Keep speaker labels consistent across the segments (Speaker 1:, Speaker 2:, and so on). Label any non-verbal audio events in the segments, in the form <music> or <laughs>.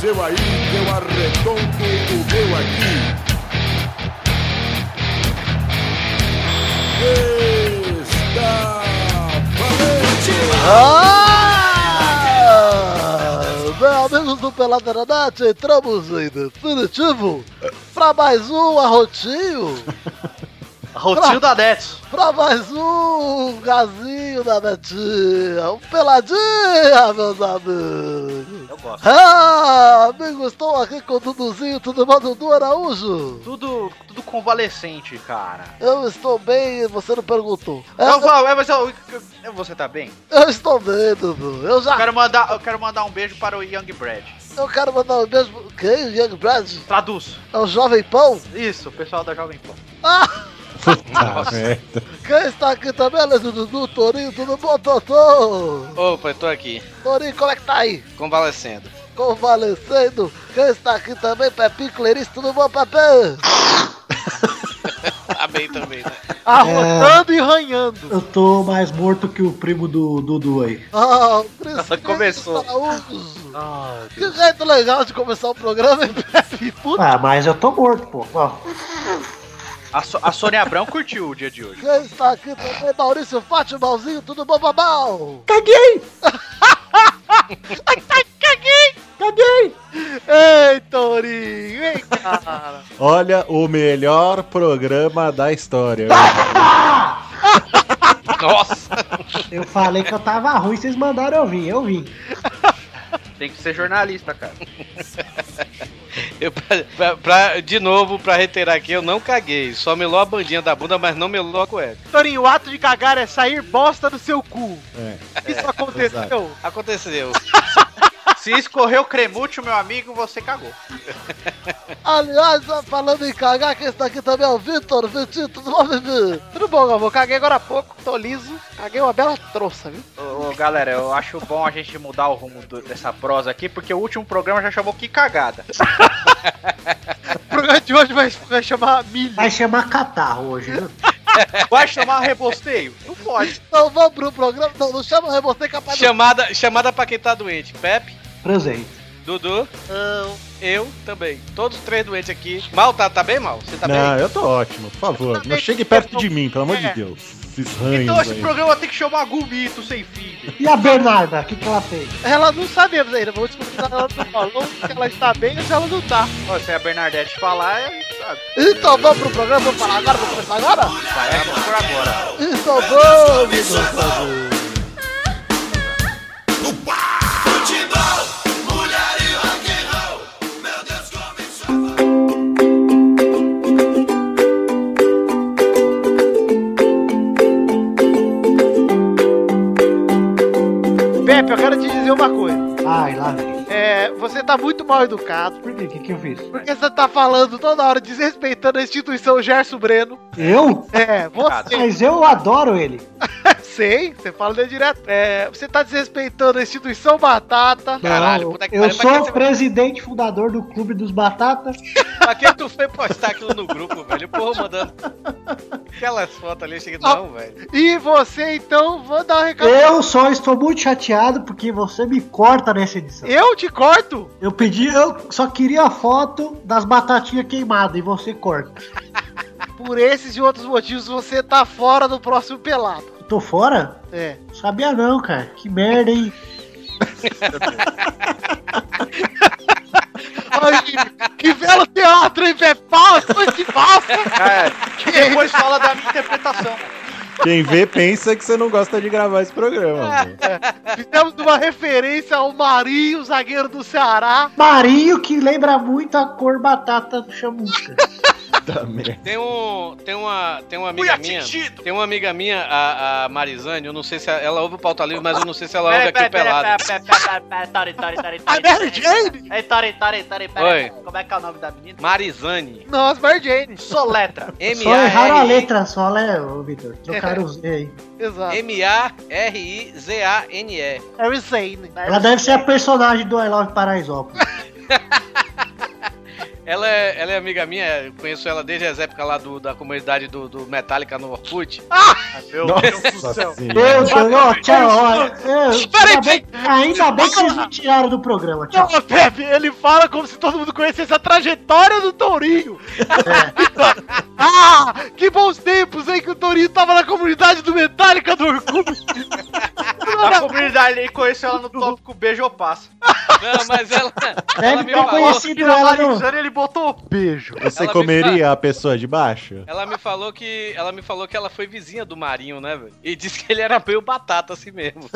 Speaker 1: seu aí, eu arredondo o meu aqui.
Speaker 2: Bem, amigos
Speaker 1: Está valente!
Speaker 2: Ah! do Peladranet, entramos em definitivo pra mais um arrotinho,
Speaker 3: Rotinho da NET.
Speaker 2: pra mais um gazinho da netinha, um peladinha, meus amigos.
Speaker 3: Eu gosto.
Speaker 2: Ah, amigos, estou aqui com o Duduzinho, tudo bom, Dudu Araújo?
Speaker 3: Tudo, tudo convalescente, cara.
Speaker 2: Eu estou bem, você não perguntou. É,
Speaker 3: Eu, vou- é, mas eu, eu- você tá bem?
Speaker 2: eu estou bem, Dudu, eu
Speaker 4: Ah.
Speaker 3: Eu
Speaker 2: já,
Speaker 3: quero mandar, eu quero mandar um beijo para o Young Brad.
Speaker 2: eu quero mandar um beijo, quem, Young Brad?
Speaker 3: Traduz.
Speaker 2: É o Jovem Pão?
Speaker 3: Isso, o pessoal da Jovem Pan.
Speaker 2: Ah!
Speaker 5: Tá, merda.
Speaker 2: Quem está aqui também, além do Dudu, Torinho, tudo bom, Totô?
Speaker 6: Opa, eu tô aqui,
Speaker 2: Torinho, como é que tá aí?
Speaker 6: convalescendo.
Speaker 2: Convalescendo. Quem está aqui também, Pepinho Clerice, tudo bom,
Speaker 6: <laughs>
Speaker 2: Pepe?
Speaker 6: Amei também, né?
Speaker 3: Arrotando e ranhando.
Speaker 7: Eu tô mais morto que o primo do Dudu aí.
Speaker 2: Ah, o Cris
Speaker 3: Começou.
Speaker 2: Araújo.
Speaker 6: Ah,
Speaker 2: Que jeito legal de começar o programa, hein, Pepe? Puta.
Speaker 7: Ah, mas eu tô morto, pô. Ó,
Speaker 3: A, So- a Sônia Abrão curtiu o dia de <laughs> hoje.
Speaker 2: Quem está aqui também, Maurício Fátimalzinho, tudo bom, Babal? <laughs> tá,
Speaker 3: Ei, Torinho, ei, cara.
Speaker 5: Olha o melhor programa da história.
Speaker 6: Nossa!
Speaker 7: eu falei que eu tava ruim, vocês mandaram eu vir, eu vim.
Speaker 3: Tem que ser jornalista, cara.
Speaker 6: Eu, pra- pra- pra- de novo, pra reiterar aqui, eu não caguei. Só melou a bandinha da bunda, mas não melou a cueca.
Speaker 4: Torinho, o ato de cagar é sair bosta do seu cu.
Speaker 5: É.
Speaker 4: Isso aconteceu. <laughs>
Speaker 6: Aconteceu.
Speaker 3: Se escorreu cremútil, meu amigo, você cagou.
Speaker 2: Aliás, falando em cagar, quem está aqui também é o Vitor, Vitinho, tudo bom, Vivi?
Speaker 4: Tudo bom, Galvão. Caguei agora há pouco, tô liso. Caguei uma bela troça, viu?
Speaker 3: Ô, ô, galera, eu acho bom a gente mudar o rumo do- dessa prosa aqui, porque o último programa já chamou que cagada.
Speaker 4: O programa de hoje vai, vai chamar milho.
Speaker 7: Vai chamar catarro hoje, viu?
Speaker 3: Vai chamar rebosteio? Não pode.
Speaker 2: Então vamos pro programa, não, não chama o
Speaker 4: é
Speaker 2: Rebotei capaz de
Speaker 6: Chamada, chamada pra quem tá doente. Pepe,
Speaker 7: Presente.
Speaker 6: Dudu, eu também. Todos os três doentes aqui. Mal, tá, tá bem mal? Você tá
Speaker 5: não,
Speaker 6: bem?
Speaker 5: Ah, eu tô ótimo, por favor. Não chegue perto de mim, pelo amor de Deus. Esses ranhos
Speaker 3: Então esse
Speaker 5: aí.
Speaker 3: programa tem que chamar Gumito sem fim. velho.
Speaker 7: E a Bernarda, o que, que ela fez?
Speaker 4: Ela não sabemos ainda. Vamos descobrir se ela não falou, se ela está bem ou se ela não tá.
Speaker 3: Ó, Se a Bernadette falar, a gente tá- sabe.
Speaker 2: Então vamos pro programa, vamos falar agora, vamos começar agora?
Speaker 3: Vai, é por agora.
Speaker 2: Então vamos! meus amigos.
Speaker 4: Pepe, eu quero te dizer uma coisa.
Speaker 7: Ai, lá vem.
Speaker 4: É, você tá muito mal educado.
Speaker 7: Por quê? O que, que eu fiz?
Speaker 4: Porque você tá falando toda hora, desrespeitando a instituição Gerson Breno.
Speaker 7: Eu?
Speaker 4: É, você.
Speaker 7: Mas eu adoro ele.
Speaker 4: Sei, você fala dele direto. É, você tá desrespeitando a instituição Batata.
Speaker 6: Caralho,
Speaker 7: Não,
Speaker 6: puta que
Speaker 7: eu
Speaker 6: pariu, pra
Speaker 7: sou
Speaker 6: que
Speaker 7: o
Speaker 6: você-
Speaker 7: presidente fundador do Clube dos Batatas.
Speaker 6: Pra que tu foi postar aquilo no grupo, velho? O povo mandando aquelas fotos ali, eu cheguei, não, velho.
Speaker 4: E você, então, vou dar um recado.
Speaker 7: Eu só estou muito chateado porque você me corta nessa edição.
Speaker 4: Eu te corto?
Speaker 7: Eu pedi, eu só queria a foto das batatinhas queimadas e você corta.
Speaker 4: Por esses e outros motivos, você tá fora do próximo pelado.
Speaker 7: Eu tô fora?
Speaker 4: É.
Speaker 7: Sabia não, cara. Que merda, hein?
Speaker 4: Olha que- que belo teatro, hein, Pepe? Palmas, foi de palmas.
Speaker 3: É, depois fala da minha interpretação.
Speaker 5: Quem vê pensa que você não gosta de gravar esse
Speaker 4: É.
Speaker 5: programa. mano.
Speaker 4: Fizemos uma referência ao Marinho, zagueiro do Ceará.
Speaker 7: Marinho que lembra muito a cor batata
Speaker 3: <laughs>
Speaker 7: do chamusca.
Speaker 5: Puta merda.
Speaker 6: Tem um. Tem uma. Tem uma
Speaker 3: Fui
Speaker 6: amiga minha.
Speaker 3: atingido.
Speaker 6: Tem uma amiga minha, a, a Marizane, eu não sei se ela, ela ouve o pauta livre, mas eu não sei se ela ouve
Speaker 8: Peraí,
Speaker 6: aqui
Speaker 8: peraí, peraí,
Speaker 6: pelada.
Speaker 8: peraí, peraí, peraí, peraí, Tori, Tori, Tori,
Speaker 4: A
Speaker 8: Tori.
Speaker 4: Mary Jane?
Speaker 8: Ei, Tori, Tori, Tori, peraí. Como é que é o nome da menina?
Speaker 6: Marizane.
Speaker 4: Nossa, Mary Jane.
Speaker 8: Soletra.
Speaker 7: Só erraram a
Speaker 6: M-A-R-I-
Speaker 7: letra só, né, ô, Vitor? Trocaram os Z aí.
Speaker 4: Exato.
Speaker 6: M-A-R-I-Z-A-N-E.
Speaker 4: Mary Jane.
Speaker 7: Ela deve ser a personagem do I Love Paraisópolis.
Speaker 6: Ela é, ela é amiga minha, eu conheço ela desde as épocas lá do, da comunidade do, do Metallica no Orkut.
Speaker 4: Meu Deus do céu.
Speaker 5: senhora.
Speaker 7: Meu Deus, ó, tchau, ó. Eu-
Speaker 3: <laughs>
Speaker 6: Peraí,
Speaker 7: ainda bem- Ainda bem que vocês me tiraram do programa,
Speaker 4: Não,
Speaker 7: tchau.
Speaker 4: mas Pepe, ele fala como se todo mundo conhecesse a trajetória do Tourinho. <laughs> ah, que bons tempos, hein, que o Tourinho tava na comunidade do Metallica do Orkut.
Speaker 3: A comunidade ele conheceu ela no tópico beijo ou passa.
Speaker 6: Não, mas
Speaker 7: <laughs>
Speaker 6: ela. ela
Speaker 7: Deve
Speaker 6: me
Speaker 7: ter
Speaker 6: falou.
Speaker 7: conhecido ela no...
Speaker 4: Finalizando, ele botou um beijo.
Speaker 5: Você
Speaker 6: Ela
Speaker 5: comeria a pessoa de baixo?
Speaker 6: Ela me falou que. Ela me falou que ela foi vizinha do Marinho, né, velho? E disse que ele era meio batata assim mesmo.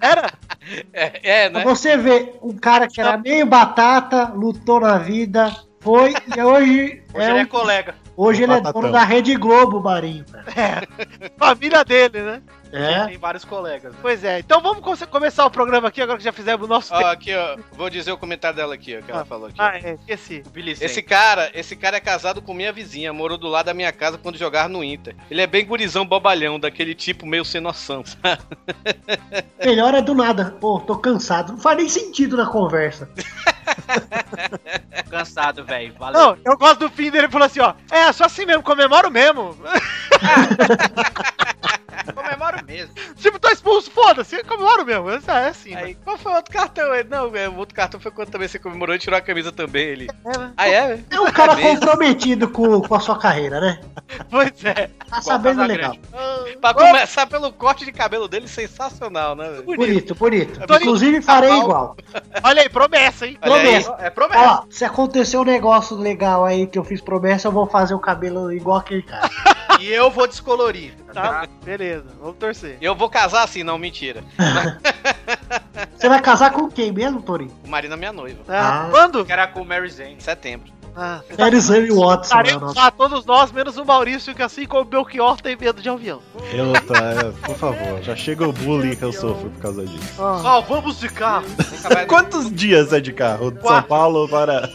Speaker 4: Era?
Speaker 6: <laughs> É, é,
Speaker 7: Pra
Speaker 6: né?
Speaker 7: você ver, um cara que era meio batata, lutou na vida, foi e hoje...
Speaker 3: Hoje
Speaker 7: é
Speaker 3: ele é
Speaker 7: um-
Speaker 3: colega.
Speaker 7: Hoje ele é
Speaker 5: Batatão.
Speaker 7: dono da Rede Globo, Marinho. cara.
Speaker 4: É Família dele, né?
Speaker 7: É.
Speaker 3: Tem vários colegas.
Speaker 4: Pois é, então vamos come- começar o programa aqui, agora que já fizemos o nosso
Speaker 6: Ó,
Speaker 4: tempo.
Speaker 6: aqui, ó. Vou dizer o comentário dela aqui, ó, que ela falou aqui.
Speaker 4: Ah, é, esqueci.
Speaker 3: O Billy
Speaker 6: Esse
Speaker 3: Esse...
Speaker 6: cara, esse cara é casado com minha vizinha, morou do lado da minha casa quando jogava no Inter. Ele é bem gurizão bobalhão, daquele tipo meio sem noção. sabe?
Speaker 7: Melhor é do nada. Pô, tô cansado. Não faz nem sentido na conversa.
Speaker 8: Cansado, velho. Valeu.
Speaker 4: Não, eu gosto do fim dele, ele falou assim, ó, é, só assim mesmo, comemoro mesmo.
Speaker 8: comemoro mesmo.
Speaker 4: tipo, tô expulso, foda-se, comemoro mesmo, é é assim.
Speaker 6: Aí, qual foi o outro cartão? Ele, não, é, o outro cartão foi quando também você comemorou e tirou a camisa também. Ele. Aí é?
Speaker 7: É um cara
Speaker 6: Parabéns.
Speaker 7: comprometido com, com a sua carreira, né?
Speaker 4: mano. Pois é.
Speaker 7: Tá sabendo legal.
Speaker 3: é.
Speaker 4: Ah.
Speaker 6: Pra começar pelo corte de cabelo dele, sensacional, né? velho?
Speaker 7: Bonito, bonito.
Speaker 6: Bonito.
Speaker 7: Inclusive farei
Speaker 6: Tá bom.
Speaker 7: igual.
Speaker 4: Olha aí, promessa, hein?
Speaker 6: Olha aí.
Speaker 7: Promessa.
Speaker 3: É promessa.
Speaker 7: Ó, se acontecer um negócio legal aí que eu fiz promessa, eu vou fazer o cabelo igual aquele cara.
Speaker 3: E eu vou descolorir.
Speaker 4: Tá, beleza, vamos torcer.
Speaker 6: Eu vou casar assim, não, mentira.
Speaker 7: Você vai casar com quem mesmo, Torinho?
Speaker 6: O marido é minha noiva.
Speaker 4: Tá.
Speaker 7: Ah.
Speaker 4: Quando?
Speaker 3: Que era é com o Mary Jane.
Speaker 6: Em setembro.
Speaker 4: Ah, tá.
Speaker 7: Erizane Watson. né, o
Speaker 4: Estaremos
Speaker 7: nosso-
Speaker 4: lá todos nós, menos o Maurício, que assim como o Belchior tem medo de avião.
Speaker 5: Eu tô, é, por favor, já chega o bullying que eu sofro por causa disso.
Speaker 4: Ah, vamos de carro.
Speaker 3: <laughs>
Speaker 6: Nunca mais-
Speaker 5: Quantos dias é de carro de São Paulo para.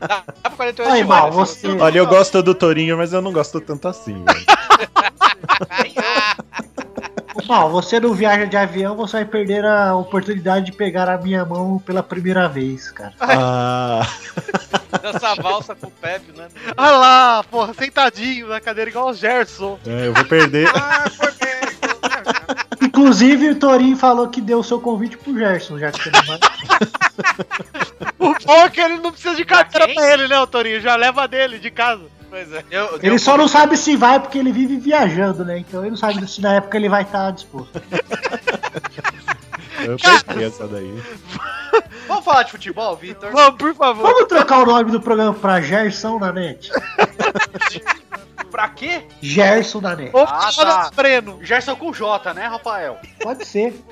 Speaker 6: Dá pra 48
Speaker 7: Aí, mal,
Speaker 6: horas.
Speaker 7: você.
Speaker 5: Olha, eu gosto do Torinho, mas eu não gosto tanto assim.
Speaker 4: <laughs>
Speaker 5: velho.
Speaker 7: Mal, você não viaja de avião, você vai perder a oportunidade de pegar a minha mão pela primeira vez, cara.
Speaker 5: Ah,
Speaker 6: Dançar valsa com o Pepe, né?
Speaker 4: Olha lá, porra, sentadinho na cadeira igual o Gerson.
Speaker 5: é, eu vou perder.
Speaker 7: Inclusive, o Torinho falou que deu o seu convite pro Gerson, já que você não vai.
Speaker 4: O bom é que ele não precisa de carteira pra ele, né, o Torinho? Já leva a dele de casa.
Speaker 6: Pois é.
Speaker 3: Eu,
Speaker 7: Ele só não sabe se vai porque ele vive viajando, né? Então ele não sabe se na época ele vai estar disposto.
Speaker 5: Eu perdi essa daí.
Speaker 3: Vamos falar de futebol, Vitor?
Speaker 4: Vamos, por favor.
Speaker 7: Vamos trocar o nome do programa pra Gerson na net?
Speaker 3: Pra quê?
Speaker 7: Gerson na net.
Speaker 4: Vamos
Speaker 3: Ah,
Speaker 4: falar
Speaker 3: tá.
Speaker 4: do Breno.
Speaker 3: Gerson com J, né, Rafael?
Speaker 7: Pode ser.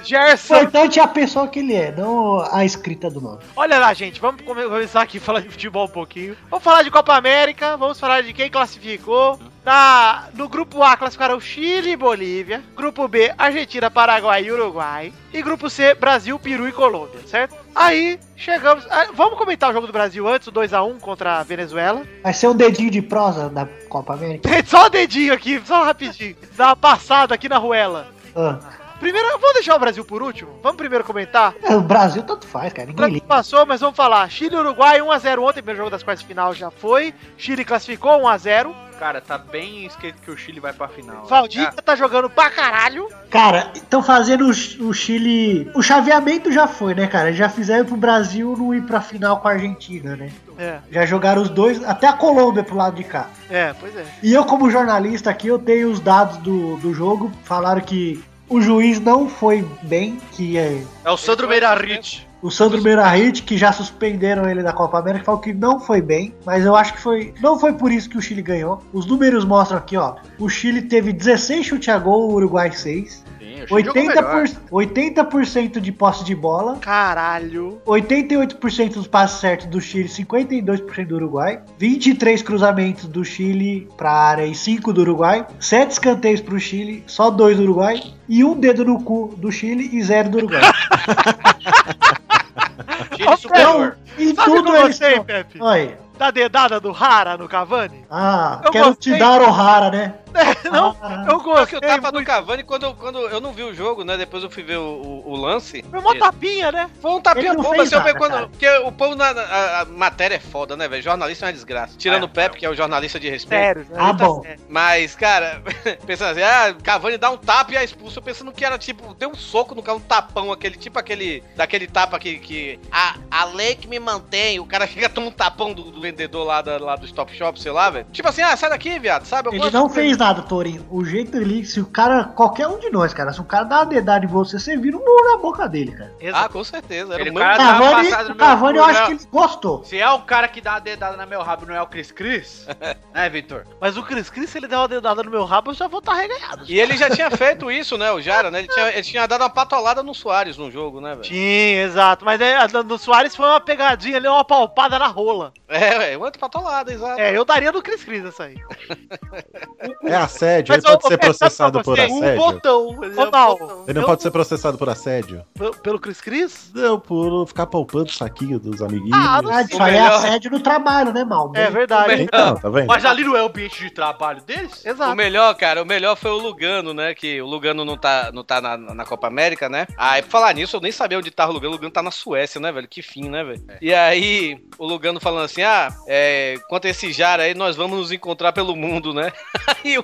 Speaker 7: O
Speaker 4: Gerson.
Speaker 7: importante é a pessoa que ele é, não a escrita do nome.
Speaker 4: Olha lá, gente, vamos come- começar aqui falando de futebol um pouquinho. Vamos falar de Copa América, vamos falar de quem classificou. Na, no grupo A classificaram Chile e Bolívia. Grupo B, Argentina, Paraguai e Uruguai. E grupo C, Brasil, Peru e Colômbia, certo? Aí chegamos. ah, vamos comentar o jogo do Brasil antes, o 2x1 contra a Venezuela. <laughs>
Speaker 7: Vai ser um dedinho de prosa da Copa América?
Speaker 4: Só o dedinho aqui, só rapidinho. Dá uma passada aqui na ruela.
Speaker 7: Ah,
Speaker 4: Primeiro, vamos deixar o Brasil por último? Vamos primeiro comentar?
Speaker 7: o Brasil tanto faz, cara.
Speaker 4: O
Speaker 7: Ninguém
Speaker 4: Brasil
Speaker 7: liga.
Speaker 4: passou, mas vamos falar. Chile e Uruguai 1x0 ontem, primeiro jogo das quartas de final já foi. Chile classificou 1x0.
Speaker 3: Cara, tá bem escrito que o Chile vai pra final.
Speaker 4: Valdívia tá jogando pra caralho.
Speaker 7: Cara, estão fazendo o, Ch- o Chile. O chaveamento já foi, né, cara? Já fizeram pro Brasil não ir pra final com a Argentina, né?
Speaker 4: É,
Speaker 7: Já jogaram os dois, até a Colômbia pro lado de cá.
Speaker 4: é, pois é.
Speaker 7: E eu, como jornalista aqui, eu tenho os dados do, do jogo. Falaram que o juiz não foi bem, que é
Speaker 3: É o Sandro Meirahit.
Speaker 7: o Sandro Meirahit, que já suspenderam ele da Copa América, falou que não foi bem, mas eu acho que foi. Não foi por isso que o Chile ganhou. Os números mostram aqui, ó. O Chile teve 16 chute a gol, o Uruguai 6.
Speaker 3: Sim, o Chile jogou
Speaker 7: 80%,
Speaker 3: melhor.
Speaker 7: por- 80% de posse de bola.
Speaker 4: Caralho.
Speaker 7: 88% dos passes certos do Chile, 52% do Uruguai, 23 cruzamentos do Chile para área e 5 do Uruguai, 7 escanteios para o Chile, só 2 do Uruguai e um dedo no cu do Chile e 0 do Uruguai.
Speaker 3: Chile superior.
Speaker 7: em
Speaker 4: é Sabe o que
Speaker 7: Então, tudo
Speaker 4: eu
Speaker 7: eles
Speaker 4: gostei,
Speaker 7: estão...
Speaker 4: Pepe?
Speaker 7: Olha aí.
Speaker 4: Da dedada do Hara no Cavani?
Speaker 7: Ah,
Speaker 4: Eu
Speaker 7: quero
Speaker 4: gostei.
Speaker 7: te dar o Hara, né?
Speaker 4: Não, é eu
Speaker 6: Só que
Speaker 4: gostei.
Speaker 6: o tapa do
Speaker 4: muito.
Speaker 6: Cavani, quando, eu- quando eu não vi o jogo, né? Depois eu fui ver o, o- o lance.
Speaker 4: Foi mó tapinha, né?
Speaker 6: Foi um tapinha
Speaker 7: tá Ele não
Speaker 6: bom,
Speaker 7: fez
Speaker 6: mas eu ver
Speaker 7: nada,
Speaker 6: quando.
Speaker 7: cara.
Speaker 6: Porque o povo na. na- A, a matéria é foda, né, velho? Jornalista é uma desgraça. Tirando o Pepe, que é o jornalista de respeito.
Speaker 4: Sério, né?
Speaker 7: Ah,
Speaker 4: Muito
Speaker 7: bom.
Speaker 4: sério.
Speaker 6: Mas, cara, <laughs> pensando assim, ah, Cavani dá um tapa e a expulsa. Eu pensando que era tipo, deu um soco no cara, um tapão, aquele tipo aquele. Daquele tapa que. que a, a lei que me mantém, o cara <laughs> chega toma um tapão do, do vendedor lá, da, lá do Stop Shop, sei lá, velho. Tipo assim, ah, sai daqui, viado, sabe? Eu
Speaker 7: Ele
Speaker 6: gosto
Speaker 7: não
Speaker 6: de-
Speaker 7: fez nada, Torinho. O jeito ali, se o cara, qualquer um de nós, cara, se o cara dá uma dedada em você, você vira um muro na boca dele, cara.
Speaker 6: Ah, com certeza. Era
Speaker 3: Ele
Speaker 6: o meu
Speaker 3: cara dá uma
Speaker 7: Cavani,
Speaker 3: passada no
Speaker 7: o
Speaker 3: meu
Speaker 7: Cavani, eu
Speaker 3: cu,
Speaker 7: acho
Speaker 3: né?
Speaker 7: que ele gostou.
Speaker 3: Se é o cara que dá a dedada na meu rabo e não é o Cris Cris, né, Vitor?
Speaker 4: Mas o Cris Cris, se ele der uma dedada no meu rabo, eu já vou tá estar reganhado.
Speaker 6: E ele já tinha feito isso, né, o Jara, né? Ele tinha, ele tinha dado uma patolada no Soares no jogo, né, velho?
Speaker 4: Sim, exato. Mas né, a do- do Soares foi uma pegadinha ali, uma palpada na rola.
Speaker 6: É, velho, outra patolada, exato.
Speaker 4: É, eu daria no Cris Cris essa aí.
Speaker 5: É assédio,
Speaker 4: Mas
Speaker 5: ele pode
Speaker 4: eu-
Speaker 5: ser
Speaker 4: eu quero
Speaker 5: processado
Speaker 4: saber pra
Speaker 5: por
Speaker 4: vocês, um
Speaker 5: assédio.
Speaker 8: Botão.
Speaker 4: Ronaldo.
Speaker 5: Ele não pode ser processado por assédio.
Speaker 4: Pelo Cris Cris?
Speaker 5: Não, por ficar palpando o saquinho dos amiguinhos.
Speaker 4: Ah, não
Speaker 7: Ah, isso
Speaker 6: O
Speaker 7: aí é
Speaker 6: melhor-
Speaker 7: assédio no trabalho, né, mal?
Speaker 4: É verdade.
Speaker 5: Então, tá vendo?
Speaker 8: Mas ali não é o ambiente de trabalho deles?
Speaker 6: O
Speaker 4: Exato.
Speaker 6: melhor, cara, o melhor foi o Lugano, né? Que o Lugano não tá, não tá na, na Copa América, né? Aí, pra falar nisso, eu nem sabia onde tava o Lugano. O Lugano tá na Suécia, né, velho? Que fim, né, velho? E aí, o Lugano falando assim: ah, é, quanto a esse Jara aí, nós vamos nos encontrar pelo mundo, né? <laughs> Aí, o,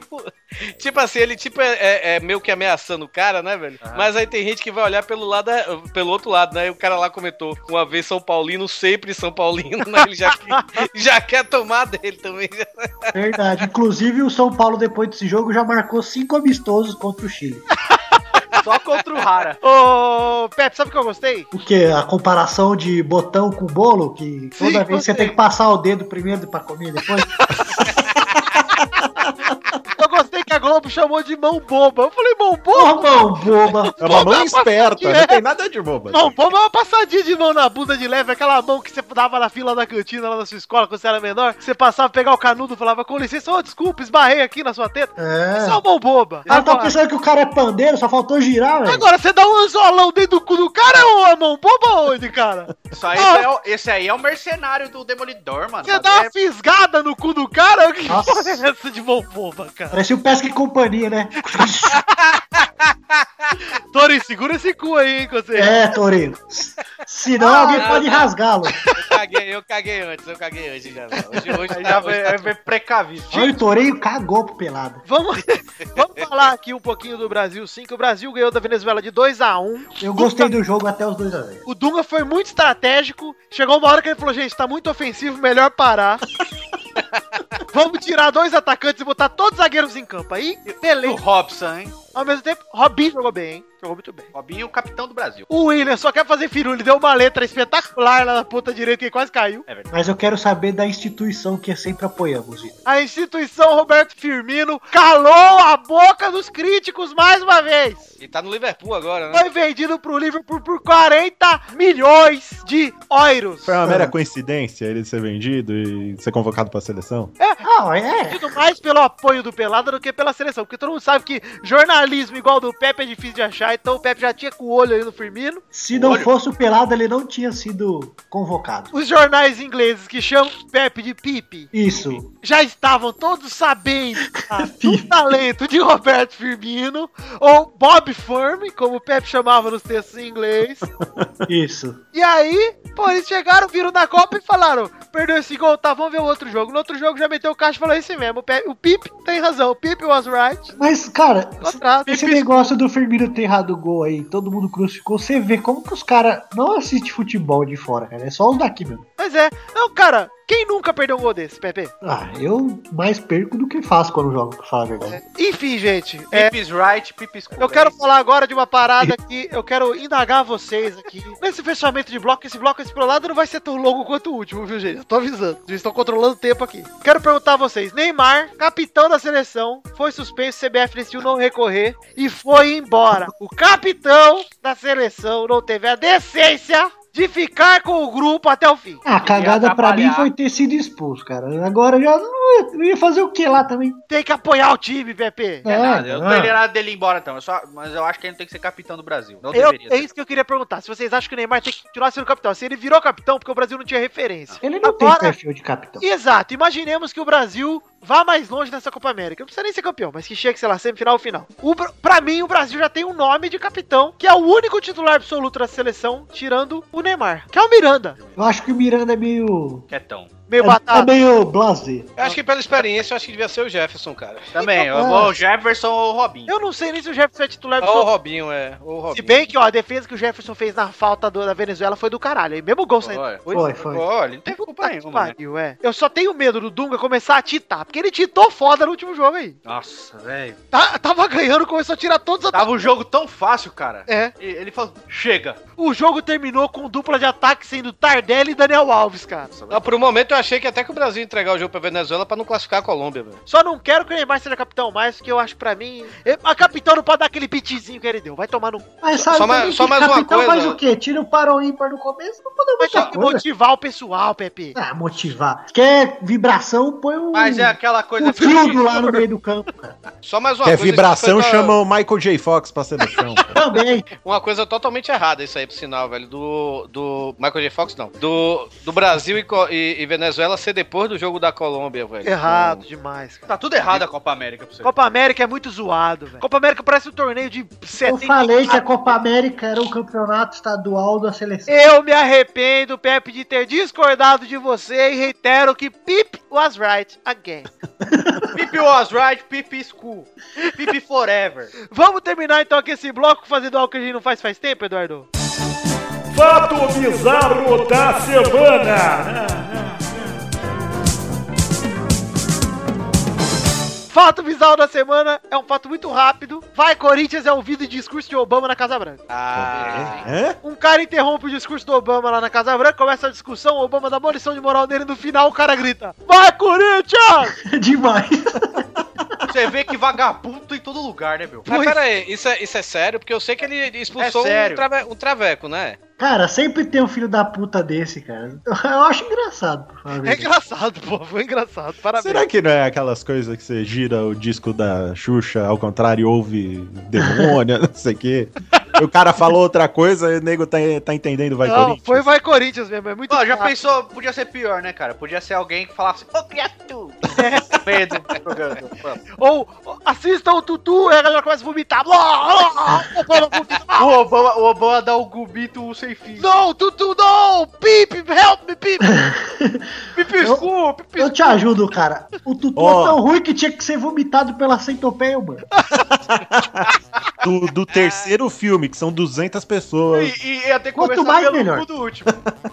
Speaker 6: tipo assim, ele tipo é, é- é meio que ameaçando o cara, né, velho? Mas aí tem gente que vai olhar pelo lado, é, pelo outro lado, né? E o cara lá comentou: uma vez São Paulino, sempre São Paulino, né? Ele já, que- já quer <laughs> tomar dele também. né?
Speaker 7: Verdade. Inclusive, o São Paulo, depois desse jogo, já marcou cinco amistosos contra o Chile.
Speaker 8: Só contra o Rara.
Speaker 4: <laughs> Ô, Pepe, sabe o que eu gostei?
Speaker 7: O que? A comparação de botão com bolo, que toda vez você tem que passar o dedo primeiro pra comer depois. <laughs>
Speaker 4: Eu gostei que a Globo chamou de mão boba. Eu falei, mão boba?
Speaker 7: Porra, mão boba!
Speaker 5: É uma mão esperta, não tem nada de boba.
Speaker 4: Mão boba é uma passadinha de mão na bunda de leve, aquela mão que você dava na fila da cantina lá na sua escola quando você era menor. que Você passava, pegava o canudo e falava, com licença, ô, desculpa, esbarrei aqui na sua teta.
Speaker 7: É.
Speaker 4: Isso é uma mão boba.
Speaker 7: Ah, tá
Speaker 4: Agora,
Speaker 7: pensando que o cara é pandeiro, só faltou girar, velho.
Speaker 4: agora, você dá um anzolão dentro do cu do cara, ô, é mão boba onde, cara?
Speaker 3: Isso aí é o- esse aí é o mercenário do Demolidor, mano. é,
Speaker 4: Você dá uma fisgada no cu do cara? <laughs> Que
Speaker 7: Nossa.
Speaker 4: porra é essa de mão boba, cara?
Speaker 7: Parecia o Pesca e Companhia, né?
Speaker 4: Tori, segura esse cu aí, hein, você.
Speaker 7: é, Torinho. Senão alguém
Speaker 6: não,
Speaker 7: pode
Speaker 6: não.
Speaker 7: rasgá-lo.
Speaker 6: Eu caguei, eu caguei antes, eu caguei antes já. Hoje, hoje
Speaker 3: Aí
Speaker 6: tá-
Speaker 3: já
Speaker 6: hoje
Speaker 3: vai,
Speaker 6: tá-
Speaker 3: vai precavido.
Speaker 7: Olha, o Torinho cagou pro pelado.
Speaker 4: Vamos, vamos falar aqui um pouquinho do Brasil, sim, que o Brasil ganhou da Venezuela de 2 a 1
Speaker 7: Eu gostei do jogo até os dois a 0
Speaker 4: O Dunga foi muito estratégico. Chegou uma hora que ele falou: gente, tá muito ofensivo, melhor
Speaker 7: <laughs>
Speaker 4: parar. Vamos tirar dois atacantes e botar todos os zagueiros em campo. Aí,
Speaker 3: O
Speaker 4: beleza.
Speaker 3: Robson, hein?
Speaker 7: Oh.
Speaker 4: Ao mesmo tempo, Robinho jogou bem, hein? Jogou muito bem.
Speaker 3: Robinho, é o capitão do Brasil.
Speaker 4: O William só quer fazer firulho. Deu uma letra espetacular lá na ponta direita que quase caiu.
Speaker 7: Mas eu quero saber da instituição que sempre apoiamos,
Speaker 4: <laughs>
Speaker 7: Vitor.
Speaker 4: A instituição Roberto Firmino calou a boca dos críticos mais uma vez.
Speaker 6: E tá no Liverpool agora, né?
Speaker 4: Foi vendido pro Liverpool por 40 milhões de euros.
Speaker 5: Foi uma
Speaker 6: É.
Speaker 5: mera coincidência ele ser vendido e ser convocado pra seleção?
Speaker 7: Ah, é.
Speaker 4: Muito mais pelo apoio do Pelada do que pela seleção. Porque todo mundo sabe que jornalismo igual do Pepe é difícil de achar, então o Pepe já tinha com o olho aí no Firmino.
Speaker 7: Se não fosse o pelado, ele não tinha sido convocado.
Speaker 4: Os jornais ingleses que chamam o Pepe de Pipe <laughs>
Speaker 7: Isso.
Speaker 4: já estavam todos sabendo tá, do talento de Roberto Firmino, ou Bob Firm, como o Pepe chamava nos textos em inglês.
Speaker 7: Isso.
Speaker 4: E aí, pô, eles chegaram, viram na Copa e falaram: perdeu esse gol, tá, vamos ver o outro jogo. No outro jogo já meteu o caixa e falou: isso mesmo, o Pepe, o Pipe tem razão, o Pipe was right. Tá
Speaker 7: Mas, cara,
Speaker 4: Contrato.
Speaker 7: esse negócio do Firmino ter errado o gol aí, todo mundo crucificou, você vê como que os caras não assistem futebol de fora, cara. É só os daqui mesmo.
Speaker 4: Mas é. Não, cara, quem nunca perdeu um gol desse, Pepe?
Speaker 7: Ah, eu mais perco do que faço quando jogo, pra falar a verdade.
Speaker 4: Enfim, gente. é,
Speaker 3: Pipis right, pipis cool.
Speaker 4: eu quero falar agora de uma parada que eu quero indagar vocês aqui. Nesse fechamento de bloco, esse bloco explorado não vai ser tão longo quanto o último, viu, gente? Eu tô avisando. Vocês estão controlando o tempo aqui. Quero perguntar a vocês. Neymar, capitão da seleção, foi suspenso, CBF decidiu não recorrer e foi embora. O capitão da seleção não teve a decência de ficar com o grupo até o fim.
Speaker 7: Ah, a cagada pra mim
Speaker 8: atrapalhar.
Speaker 7: foi ter sido expulso, cara. Agora eu já não ia- eu ia fazer o que lá também?
Speaker 4: Tem que apoiar o time, Pepe.
Speaker 7: É,
Speaker 3: nada, eu não
Speaker 7: não é.
Speaker 3: teria nada dele ir embora, então. Eu só- mas eu acho que ele não tem que ser capitão do Brasil. Não
Speaker 4: Eu,
Speaker 3: deveria.
Speaker 4: é isso que eu queria perguntar. Se vocês acham que o Neymar tem que continuar sendo capitão. Se ele virou capitão, porque o Brasil não tinha referência.
Speaker 7: Ele não tem
Speaker 4: Agora-
Speaker 7: perfil de capitão.
Speaker 4: Exato. Imaginemos que o Brasil vá mais longe nessa Copa América. Não precisa nem ser campeão, mas que chegue, sei lá, semifinal ou final. O, Bra- pra mim, o Brasil já tem um nome de capitão, que é o único titular absoluto da seleção, tirando o Neymar, que é o Miranda.
Speaker 7: Eu acho que o Miranda é meio.
Speaker 3: Quietão.
Speaker 4: Meio
Speaker 7: É, é
Speaker 4: batata.
Speaker 7: meio blasé.
Speaker 6: Eu acho que pela experiência, eu acho que devia ser o Jefferson, cara.
Speaker 3: Também,
Speaker 7: Então,
Speaker 3: eu vou o Jefferson ou o Robinho.
Speaker 4: Eu não sei nem se o Jefferson é titular
Speaker 6: Ou o
Speaker 4: absoluto.
Speaker 6: Robinho, é. Ou o Robinho.
Speaker 4: Se bem que, ó, a defesa que o Jefferson fez na falta do- da Venezuela foi do caralho. E mesmo gol saindo.
Speaker 6: Olha,
Speaker 7: Foi, foi.
Speaker 6: olha, não tem culpa
Speaker 4: Puta que
Speaker 6: nenhuma, né?
Speaker 4: pariu, é. Eu só tenho medo do Dunga começar a titar, porque ele titou foda no último jogo aí.
Speaker 8: Nossa, velho.
Speaker 4: Tá- tava ganhando, começou a tirar todos os
Speaker 8: Tava um jogo tão fácil, cara.
Speaker 4: É.
Speaker 8: E ele falou, chega.
Speaker 4: O jogo terminou com dupla de ataque sendo Tardelli e Daniel Alves, cara.
Speaker 6: Não, por um momento eu achei que até que o Brasil ia entregar o jogo pra Venezuela pra não classificar a Colômbia, velho.
Speaker 4: Só não quero que o Neymar seja capitão mais, porque eu acho pra mim. Eu- A capitão não pode dar aquele pitizinho que ele deu. Vai tomar no.
Speaker 7: Mas sabe,
Speaker 6: Só mais-
Speaker 7: também
Speaker 6: só
Speaker 7: que
Speaker 6: mais uma
Speaker 7: capitão
Speaker 6: coisa.
Speaker 7: faz o quê? Tira o para o ímpar no começo, não muda
Speaker 4: Vai
Speaker 7: muita
Speaker 4: ter que
Speaker 7: coisa.
Speaker 4: motivar o pessoal, Pepe.
Speaker 7: Ah, motivar. Quer vibração, põe um.
Speaker 8: Mas é aquela coisa...
Speaker 7: um filtro lá no meio do campo, cara.
Speaker 6: Só mais uma
Speaker 5: Quer
Speaker 6: coisa. que
Speaker 5: vibração,
Speaker 6: foi pra-
Speaker 5: chama o Michael J. Fox pra seleção.
Speaker 6: <laughs>
Speaker 5: <laughs>
Speaker 7: Também.
Speaker 6: Uma coisa totalmente errada isso aí, por sinal, velho. Do. Do. Michael J. Fox, não. Do, do Brasil e, Co- e- e Venezuela ser depois do jogo da Colômbia, velho.
Speaker 4: Errado demais, cara.
Speaker 8: Tá tudo errado a Copa América pra você.
Speaker 4: Copa América é muito zoado, velho. Copa América parece um torneio de
Speaker 7: Eu
Speaker 4: 70.
Speaker 7: falei que a Copa América era o campeonato estadual da seleção.
Speaker 4: Eu me arrependo, Pepe, de ter discordado de você e reitero que Pip was right again.
Speaker 8: Pipi was right, Pipi school. Pipi forever.
Speaker 4: Vamos terminar então aqui esse bloco fazendo algo que a gente não faz faz tempo, Eduardo?
Speaker 9: Fato bizarro da semana.
Speaker 4: Fato bizarro da semana é um fato muito rápido. Vai, Corinthians é ouvido em discurso de Obama na Casa Branca.
Speaker 6: Ah,
Speaker 5: Hã?
Speaker 4: Um cara interrompe o discurso do Obama lá na Casa Branca, começa a discussão, o Obama dá uma lição de moral dele no final o cara grita: Vai, Corinthians!
Speaker 7: <laughs>
Speaker 6: É.
Speaker 7: Demais.
Speaker 8: Você vê que vagabundo tem em todo lugar, né, meu?
Speaker 6: mas peraí, isso é, isso é sério? Porque eu sei que ele expulsou
Speaker 8: É sério.
Speaker 6: um, trave- um traveco, né?
Speaker 7: Cara, sempre tem um filho da puta desse, cara. Eu acho engraçado, por favor.
Speaker 4: É engraçado, pô, foi engraçado. Parabéns.
Speaker 5: Será que não é aquelas coisas que você gira o disco da Xuxa, ao contrário, e ouve demônio, <laughs> não sei o quê? E o cara falou outra coisa e o nego tá, tá entendendo, vai
Speaker 4: Não,
Speaker 5: Corinthians.
Speaker 4: foi Vai Corinthians mesmo, é muito
Speaker 8: Ó, já
Speaker 7: Ah.
Speaker 4: chato.
Speaker 8: pensou, podia ser pior, né, cara? Podia ser alguém que falasse, ô criatura! Medo do programa.
Speaker 7: <laughs>
Speaker 4: Ou ou, assista o Tutu, aí a galera começa a vomitar. Blá, blá, Obama vomita.
Speaker 8: O Obama, o Obama dá o gubito sem fim.
Speaker 4: Não, Tutu, não! Pip, help me, <laughs> Pip!
Speaker 8: Pipi school, Pipi
Speaker 7: Eu te ajudo, cara. O tutu
Speaker 5: Ó.
Speaker 7: é tão ruim que tinha que ser vomitado pela centopeia, mano.
Speaker 5: Do, do terceiro filme, que são 200 pessoas.
Speaker 8: E, e ia ter que
Speaker 7: Quanto
Speaker 8: começar
Speaker 7: mais,
Speaker 8: pelo
Speaker 7: melhor.
Speaker 8: cu do último.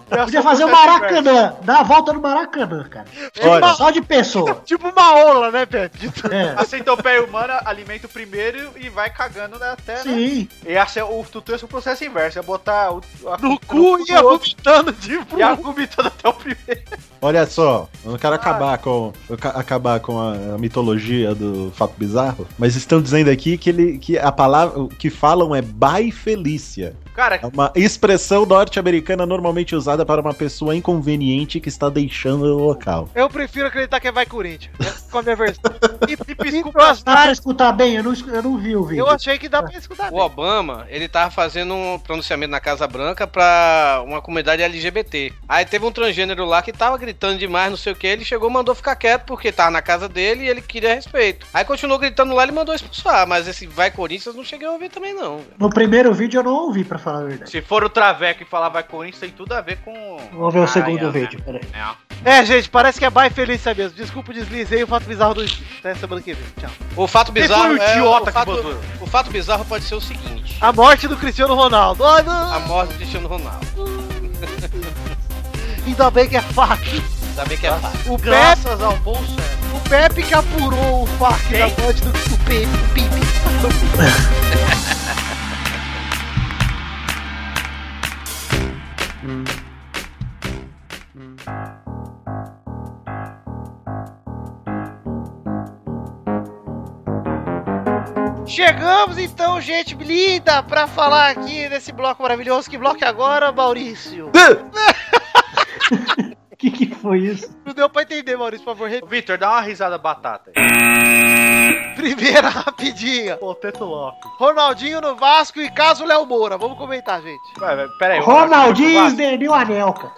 Speaker 8: Eu
Speaker 7: Podia fazer o Maracanã. Dar a volta no Maracanã, cara.
Speaker 5: Olha,
Speaker 7: Só de pessoa.
Speaker 4: É Tipo uma ola, né, Pepe?
Speaker 7: É.
Speaker 8: Aceitou pé humana, alimenta o primeiro e vai cagando né, até, né?
Speaker 7: Sim.
Speaker 8: E assim, o tutu ia ser o processo inverso, ia botar o, a,
Speaker 4: No cu
Speaker 8: do
Speaker 4: ia
Speaker 8: outro
Speaker 4: vomitando de
Speaker 8: <laughs> e a vomitando até o primeiro.
Speaker 5: olha só, eu não quero acabar com, eu ca- acabar com a, a mitologia do fato bizarro, mas estão dizendo aqui que, ele, que a palavra o que falam é bai felícia.
Speaker 8: Cara,
Speaker 5: É uma expressão norte-americana normalmente usada para uma pessoa inconveniente que está deixando o local.
Speaker 4: Eu prefiro acreditar que é Vai Corinthians. né, Com a minha versão. Então, assim, E Pip Scoop,
Speaker 7: Dá pra escutar bem? Eu não, eu não vi o vídeo.
Speaker 4: eu achei que dá pra escutar
Speaker 6: O
Speaker 4: bem.
Speaker 6: Obama, ele tava fazendo um pronunciamento na Casa Branca pra uma comunidade LGBT. Aí teve um transgênero lá que tava gritando demais, não sei o que, ele chegou mandou ficar quieto porque tava na casa dele e ele queria respeito. Aí continuou gritando lá, ele mandou expulsar, mas esse vai Corinthians não cheguei a ouvir também não. velho.
Speaker 7: No primeiro vídeo eu não ouvi, pra falar a verdade.
Speaker 8: se for o Traveco e falar vai Corinthians, tem tudo a ver com.
Speaker 7: Vamos ver o
Speaker 8: Ah,
Speaker 7: segundo
Speaker 8: é,
Speaker 7: vídeo, peraí.
Speaker 8: né? É.
Speaker 4: É, gente, parece que é Vai Felícia mesmo. Desculpa o deslize aí, o fato bizarro do dia. Até semana que vem. Tchau.
Speaker 6: O fato bizarro
Speaker 8: foi o idiota
Speaker 6: é,
Speaker 8: que
Speaker 6: o, fato,
Speaker 8: botou?
Speaker 6: o fato bizarro pode ser o seguinte:
Speaker 4: A morte do Cristiano Ronaldo. Ai, não.
Speaker 6: a morte de Cristiano Ronaldo.
Speaker 4: Ainda bem que é fato.
Speaker 6: Ainda bem que é
Speaker 3: Ah.
Speaker 6: fato.
Speaker 4: O Pepe.
Speaker 8: Graças ao bolso.
Speaker 4: O Pepe que apurou o fac da morte do o Pepe, o Pepe. Chegamos então, gente linda, pra falar aqui desse bloco maravilhoso. Que bloco é agora, Maurício?
Speaker 7: O que, que foi isso?
Speaker 4: Não deu pra entender, Maurício, por favor. re-
Speaker 8: Vitor, dá uma risada batata.
Speaker 4: <laughs> Primeira rapidinha.
Speaker 8: Poteto Lopes.
Speaker 4: Ronaldinho no Vasco e caso Léo Moura. Vamos comentar, gente.
Speaker 6: É,
Speaker 8: Vai, vai, pera aí.
Speaker 7: Ronaldinho esdeniu o anel, cara.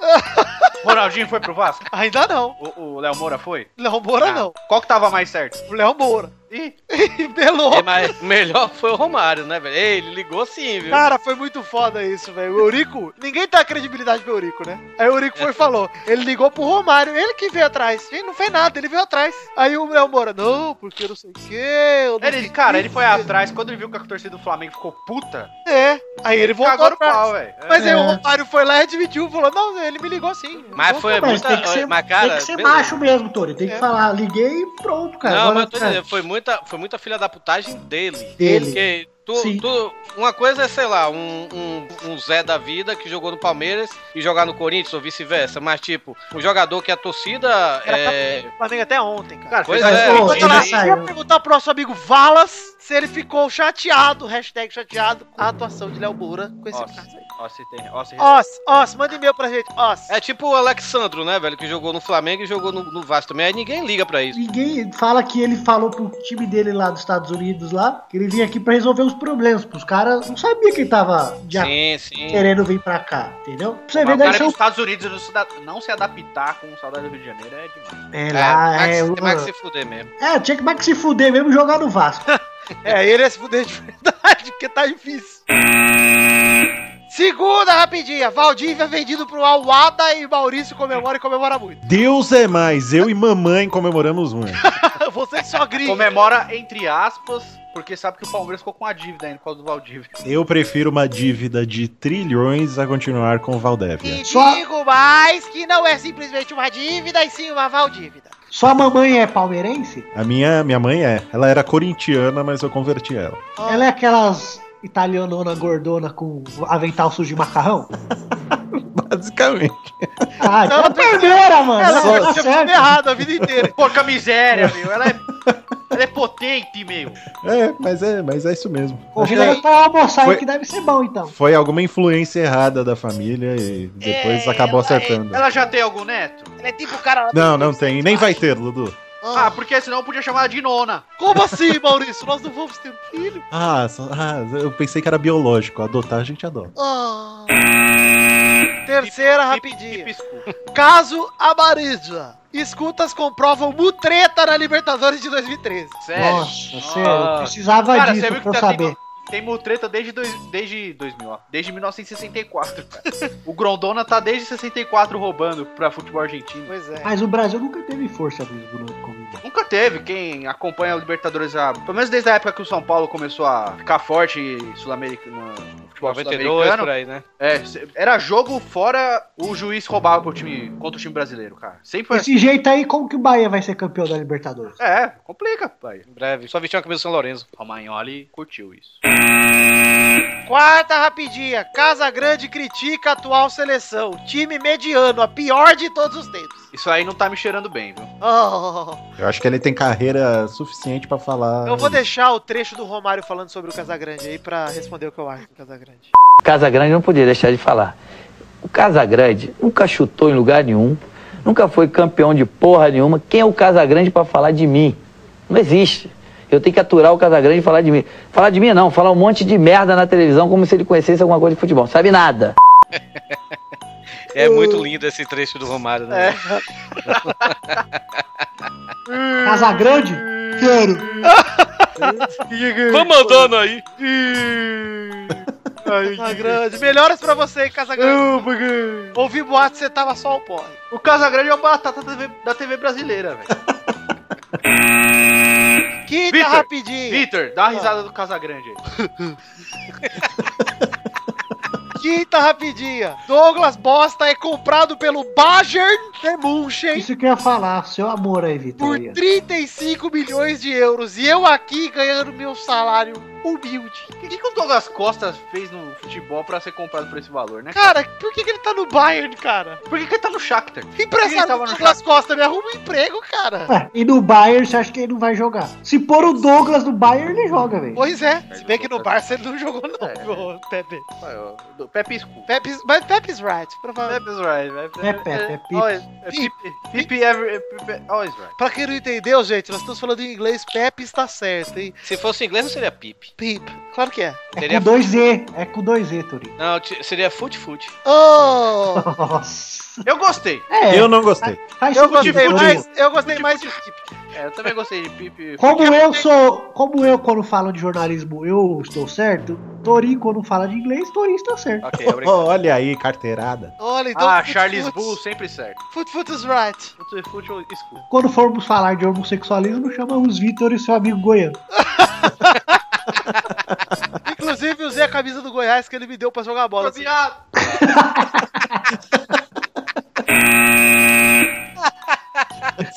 Speaker 3: Ronaldinho foi pro Vasco?
Speaker 4: Ainda não.
Speaker 3: O o Léo Moura foi?
Speaker 4: Léo Moura não.
Speaker 3: Qual que tava mais certo?
Speaker 4: O Léo Moura. <laughs>
Speaker 3: Ih,
Speaker 4: E Belo.
Speaker 6: É, mas melhor foi o Romário, né, velho? Ei, Ele ligou sim,
Speaker 7: Tá.
Speaker 6: viu?
Speaker 4: Cara, foi muito foda isso, velho. O Eurico, ninguém dá credibilidade pro Eurico, né? Aí o Eurico
Speaker 3: É.
Speaker 4: foi e falou. Ele ligou pro Romário, ele que veio atrás. Ele não fez nada, ele veio atrás. Aí o Léo Moura, não, porque não sei o quê. eu não
Speaker 3: ele,
Speaker 4: sei
Speaker 3: cara,
Speaker 4: o
Speaker 3: ele
Speaker 4: quê."
Speaker 3: foi atrás. Quando ele viu que a torcida do Flamengo ficou puta,
Speaker 4: É. Aí ele voltou
Speaker 3: cagou no
Speaker 4: atrás.
Speaker 3: pau, velho. É.
Speaker 4: Mas aí o
Speaker 7: É.
Speaker 4: Romário foi lá e admitiu, falou, não, ele me ligou sim.
Speaker 6: Mas foi
Speaker 7: Mas
Speaker 6: muita.
Speaker 7: tem que ser,
Speaker 6: mas, cara,
Speaker 7: tem que ser
Speaker 6: beleza.
Speaker 7: macho mesmo, Tony. Tem que
Speaker 4: É.
Speaker 7: falar, liguei e pronto, cara.
Speaker 6: Não,
Speaker 7: Agora,
Speaker 6: mas eu tô
Speaker 7: cara,
Speaker 6: dizendo, foi muita, foi muita filha da putagem dele.
Speaker 7: Dele.
Speaker 6: Porque tu,
Speaker 7: Sim.
Speaker 6: tu- uma coisa é, sei lá, um, um, um Zé da vida que jogou no Palmeiras e jogar no Corinthians ou vice-versa. Mas, tipo, um jogador que a torcida é.
Speaker 4: O Flamengo até ontem, cara.
Speaker 6: Pois
Speaker 7: mas,
Speaker 6: é,
Speaker 7: pô,
Speaker 6: enquanto
Speaker 7: ele
Speaker 6: ela-
Speaker 4: Eu
Speaker 7: saiu.
Speaker 4: ia perguntar pro nosso amigo Valas se ele ficou chateado, hashtag chateado, com a atuação de Léo Moura com esse
Speaker 3: Nossa.
Speaker 4: caso aí.
Speaker 3: Ó, se tem. Ó, se
Speaker 4: Os, Os, manda e-mail pra gente. Os.
Speaker 6: É tipo o Alexandro, né, velho? Que jogou no Flamengo e jogou no, no Vasco também. Aí ninguém liga pra isso.
Speaker 7: Ninguém fala que ele falou pro time dele lá dos Estados Unidos lá, que ele vinha aqui pra resolver os problemas. Os caras não sabiam que ele tava de acordo
Speaker 6: Sim, sim.
Speaker 7: querendo vir pra cá, entendeu? Pra você
Speaker 3: Mas
Speaker 7: ver, um
Speaker 3: o cara
Speaker 7: daí
Speaker 3: que
Speaker 6: é
Speaker 7: são...
Speaker 3: nos Estados Unidos não se, da- não se adaptar com o saudade do Rio de Janeiro é demais.
Speaker 7: É, lá,
Speaker 6: É,
Speaker 7: é,
Speaker 6: é,
Speaker 7: o-
Speaker 6: tem mais que se fuder mesmo.
Speaker 7: é, tinha que mais que se fuder mesmo e jogar no Vasco.
Speaker 4: É, ele é se fuder de <laughs> verdade, porque tá difícil. Segunda rapidinha. Valdívia vendido pro Alwada e Maurício comemora e comemora muito. <laughs>
Speaker 5: Deus é mais, eu e mamãe comemoramos muito.
Speaker 4: Você que só grita.
Speaker 3: Comemora, entre aspas, porque sabe que o Palmeiras ficou com a dívida ainda por causa
Speaker 4: <laughs>
Speaker 3: do Valdívia.
Speaker 5: Eu prefiro uma dívida de trilhões a continuar com o Valdévia.
Speaker 4: E digo mais que não é simplesmente uma dívida, e sim uma Valdívida.
Speaker 7: Sua mamãe é palmeirense?
Speaker 5: A minha, minha mãe é. Ela era corintiana, mas eu converti ela. <laughs>
Speaker 3: Ah.
Speaker 7: Ela é aquelas italianona gordona com avental sujo
Speaker 3: <laughs>
Speaker 7: de macarrão?
Speaker 5: Basicamente.
Speaker 7: Ah, então é palmeira, mano.
Speaker 4: Ela
Speaker 7: Tá
Speaker 4: só tinha
Speaker 7: certo.
Speaker 4: vivido errado a vida inteira.
Speaker 3: Porca miséria, meu. Ela é, ela é potente, meu.
Speaker 5: É, mas é, mas é isso mesmo. É.
Speaker 7: Convida ela pra almoçar aí
Speaker 5: Foi-
Speaker 7: que deve ser bom, então.
Speaker 5: Foi alguma influência errada da família e depois acabou acertando.
Speaker 3: Ela já tem algum neto?
Speaker 4: Ela é tipo o cara lá.
Speaker 5: Não, não tem. Nem vai ter, Dudu.
Speaker 3: Ah, porque senão eu podia chamar ela de nona.
Speaker 4: Como assim, Maurício? Nós não vamos ter um filho?
Speaker 5: Ah, só- ah, eu pensei que era biológico. Adotar a gente adota.
Speaker 4: Ah. Terceira rapidinha.
Speaker 3: Pisco.
Speaker 4: Caso Amarídia. Escutas comprovam mutreta na Libertadores de 2013.
Speaker 3: Sério.
Speaker 7: Nossa, sério, eu precisava
Speaker 3: Ah. Cara, você
Speaker 7: disso
Speaker 3: viu
Speaker 7: pra eu
Speaker 3: que tá
Speaker 7: saber.
Speaker 3: tendo... Tem mutreta desde, dois, desde 2000, ó. Desde 1964, cara. <laughs> O Grondona tá desde 64 roubando pra futebol argentino.
Speaker 4: Pois é.
Speaker 7: Mas o Brasil nunca teve força mesmo né, no comigo.
Speaker 3: Nunca teve. Quem acompanha o Libertadores, há, pelo menos desde a época que o São Paulo começou a ficar forte sul-americano, no futebol
Speaker 6: 92
Speaker 3: sul-americano,
Speaker 6: por aí, né?
Speaker 3: é, cê- era jogo fora o juiz roubava pro time, contra o time brasileiro, cara. Sempre foi assim.
Speaker 7: Desse jeito aí, como que o Bahia vai ser campeão da Libertadores?
Speaker 3: É, complica, pai.
Speaker 6: Em breve. Só vestiu uma camisa do São Lourenço.
Speaker 3: Romagnoli curtiu isso.
Speaker 4: Quarta rapidinha. Casa Grande critica a atual seleção. Time mediano, a pior de todos os tempos.
Speaker 3: Isso aí não tá me cheirando bem, viu?
Speaker 4: Oh,
Speaker 5: Eu acho que ele tem carreira suficiente pra falar.
Speaker 4: eu vou deixar o trecho do Romário falando sobre o Casagrande aí pra responder o que eu acho do Casagrande.
Speaker 10: Casagrande não podia deixar de falar. O Casagrande nunca chutou em lugar nenhum, nunca foi campeão de porra nenhuma. Quem é o Casagrande pra falar de mim? Não existe. Eu tenho que aturar o Casagrande e falar de mim. Falar de mim não, falar um monte de merda na televisão como se ele conhecesse alguma coisa de futebol. Sabe nada.
Speaker 6: É muito lindo esse trecho do Romário, né? velho?
Speaker 7: Casa Grande? Quero.
Speaker 3: Hum.
Speaker 6: Vamos andando aí.
Speaker 4: Casagrande. Melhoras pra você, hein, Casagrande. Ouvi boato, você tava só o porre.
Speaker 3: O Casagrande é o batata da TV, da TV brasileira, velho.
Speaker 4: Quinta
Speaker 3: Vitor,
Speaker 4: rapidinha.
Speaker 3: Vitor, dá uma risada do Casagrande aí.
Speaker 4: Quinta rapidinha. Douglas Bosta é comprado pelo Bayern de München
Speaker 7: Isso que eu ia falar, seu amor aí,
Speaker 4: por
Speaker 7: Vitória.
Speaker 4: 35 milhões de euros e eu aqui ganhando meu salário humilde.
Speaker 3: O que, que o Douglas Costa fez no futebol pra ser comprado por esse valor, né?
Speaker 4: Cara, por que, que ele tá no Bayern, cara?
Speaker 3: Por que, que ele tá no Shakhtar? Ele
Speaker 4: Empresário
Speaker 3: tava
Speaker 4: do
Speaker 3: no
Speaker 4: Douglas Costa, me arruma um emprego, cara.
Speaker 7: Ué, É, e no Bayern, você acha que ele não vai jogar? Se pôr o Douglas no Bayern, ele joga, velho.
Speaker 4: Pois é, se bem que no Barça ele não jogou
Speaker 3: É.
Speaker 4: não, ô, Pepe.
Speaker 3: Do Pepe School.
Speaker 4: Pepe's, mas Pepe's right, provavelmente.
Speaker 3: Pepe's right, velho.
Speaker 7: É Pepe, é Pepe.
Speaker 3: Always- é Pepe. Pepe every- é Pepe always right.
Speaker 4: Pra quem não entendeu, gente, nós estamos falando em inglês, Pepe está certo, hein? <laughs>
Speaker 6: Se fosse em inglês, não seria Pipe.
Speaker 4: Pip. Claro que é.
Speaker 6: Seria,
Speaker 7: Com dois E. É com dois E, Turinho.
Speaker 6: não, ti- seria fute-fute.
Speaker 2: Oh!
Speaker 7: Nossa.
Speaker 3: Eu gostei.
Speaker 7: É,
Speaker 5: Eu não gostei.
Speaker 7: faz
Speaker 4: Eu
Speaker 7: sentido,
Speaker 4: gostei
Speaker 7: Turinho.
Speaker 4: mais, eu gostei mais de
Speaker 3: É, eu também gostei de pipi.
Speaker 7: Como eu sou. Como eu, quando falo de jornalismo, eu estou certo. Torinho, quando fala de inglês, Torinho está certo.
Speaker 6: Ok,
Speaker 5: Oh,
Speaker 6: obrigado.
Speaker 5: olha aí, carteirada.
Speaker 2: Olha, então.
Speaker 3: Ah,
Speaker 2: fut-
Speaker 3: Charles
Speaker 2: futs-
Speaker 3: Bull sempre certo.
Speaker 4: Foot Foot is Right.
Speaker 3: Fute, fute, eu escuto.
Speaker 7: Quando formos falar de homossexualismo, chamamos Vitor e seu amigo goiano.
Speaker 4: Inclusive, usei a camisa do Goiás que ele me deu pra jogar bola. assim.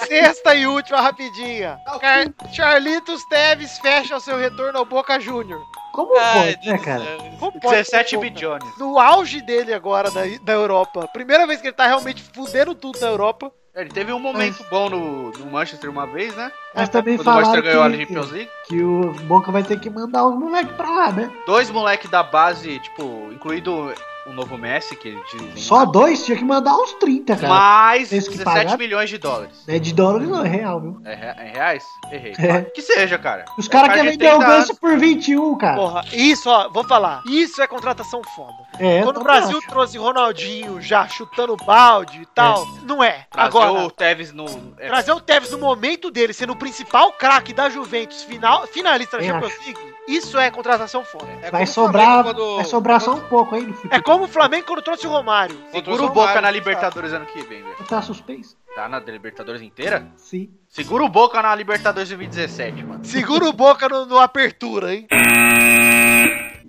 Speaker 4: Sexta e última, rapidinha. Car- Charlitos Teves fecha o seu retorno ao Boca Júnior.
Speaker 7: Como
Speaker 6: Ai,
Speaker 7: pode, né,
Speaker 6: Deus
Speaker 7: cara?
Speaker 6: do céu.
Speaker 4: Como pode ser
Speaker 3: 17
Speaker 4: Boca?
Speaker 3: bilhões.
Speaker 4: No auge dele agora da, da Europa. Primeira vez que ele tá realmente fudendo tudo na Europa.
Speaker 3: Ele teve um momento bom no, no Manchester uma vez, né?
Speaker 7: Mas também
Speaker 3: Quando o Manchester
Speaker 7: falaram
Speaker 3: ganhou a
Speaker 7: que,
Speaker 3: Champions League.
Speaker 7: que o Boca vai ter que mandar os moleques pra lá, né?
Speaker 3: Dois moleques da base, tipo, incluído o novo Messi, que ele dizem.
Speaker 7: Só dois? Tinha que mandar uns 30, cara.
Speaker 3: mais
Speaker 7: Esse que
Speaker 3: 17
Speaker 7: pagar?
Speaker 3: milhões de dólares.
Speaker 7: Não é de dólares, não, é real, viu?
Speaker 3: É, re- é reais? Errei.
Speaker 7: É.
Speaker 3: Que seja, cara.
Speaker 7: Os caras
Speaker 3: cara
Speaker 7: querem
Speaker 3: de
Speaker 7: vender o
Speaker 6: tá-
Speaker 3: 30 anos.
Speaker 7: ganso por 21, cara.
Speaker 4: Porra, isso, ó, vou falar. Isso é contratação foda.
Speaker 7: é,
Speaker 4: Quando o
Speaker 7: eu
Speaker 4: Brasil
Speaker 6: tá-
Speaker 7: acho.
Speaker 4: trouxe Ronaldinho já chutando balde e tal, não é.
Speaker 3: Trazer
Speaker 4: Agora,
Speaker 3: o Tevez no. é,
Speaker 4: trazer o Tevez no momento dele, sendo o principal craque da Juventus, final, finalista da
Speaker 7: Eu
Speaker 4: Champions League, isso é contratação foda.
Speaker 6: É como
Speaker 7: Vai
Speaker 6: o
Speaker 7: sobrar,
Speaker 6: Flamengo quando-
Speaker 7: vai sobrar só um pouco aí no
Speaker 4: É
Speaker 7: futuro.
Speaker 4: como o Flamengo quando trouxe o Romário.
Speaker 3: Segura o
Speaker 6: Romário,
Speaker 3: Boca na
Speaker 6: sabe?
Speaker 3: Libertadores ano que vem, velho.
Speaker 7: Tá suspenso?
Speaker 3: Tá na Libertadores inteira?
Speaker 7: Sim.
Speaker 3: Segura o Boca na Libertadores 2017, mano.
Speaker 4: Segura o Boca no, no apertura, hein?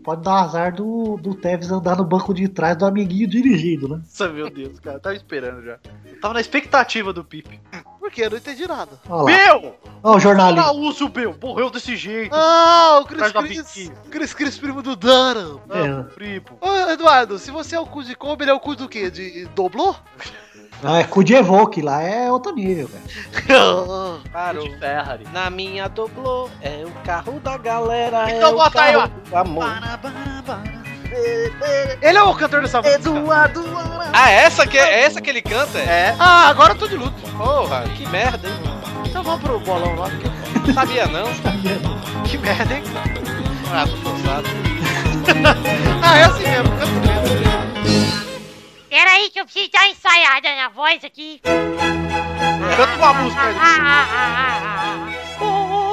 Speaker 7: Pode dar azar do, do Tevez andar no banco de trás do amiguinho dirigindo, né?
Speaker 3: Nossa, meu Deus, cara. Tava esperando já. Eu tava na expectativa do Pipe.
Speaker 4: Por quê? Eu não entendi
Speaker 7: <laughs>
Speaker 4: nada.
Speaker 7: Olha lá.
Speaker 3: Meu!
Speaker 7: Olha o jornalista.
Speaker 3: Araújo, meu! Morreu desse jeito.
Speaker 4: Ah, o Cris
Speaker 3: Traz uma
Speaker 4: Cris.
Speaker 3: biquinha.
Speaker 4: Cris Cris, primo do Dano.
Speaker 7: É.
Speaker 3: Primo.
Speaker 4: Ô, Eduardo, se você é o cu de Kombi, ele é o cu do quê? De doblô?
Speaker 7: Ah, é com o Dievoque lá, é outro nível, velho.
Speaker 6: Parou.
Speaker 3: De Ferrari.
Speaker 6: Na minha doblô, é o carro da galera.
Speaker 4: Então
Speaker 6: é o
Speaker 4: bota aí,
Speaker 6: carro do amor.
Speaker 4: ele é o cantor dessa música.
Speaker 6: Ah, essa que, é essa que ele canta? É.
Speaker 4: Ah, agora eu tô de luto.
Speaker 6: Porra, que merda, hein?
Speaker 4: Então vamos pro bolão lá, porque
Speaker 6: Não <laughs> sabia não.
Speaker 4: que merda, hein?
Speaker 6: Ah, tô forçado.
Speaker 4: Ah, é assim mesmo. canto mesmo.
Speaker 11: Pera aí que eu preciso dar uma ensaiada na voz aqui.
Speaker 3: Canta uma música aí.
Speaker 11: Ah, ah, ah, ah, ah. Oh, oh,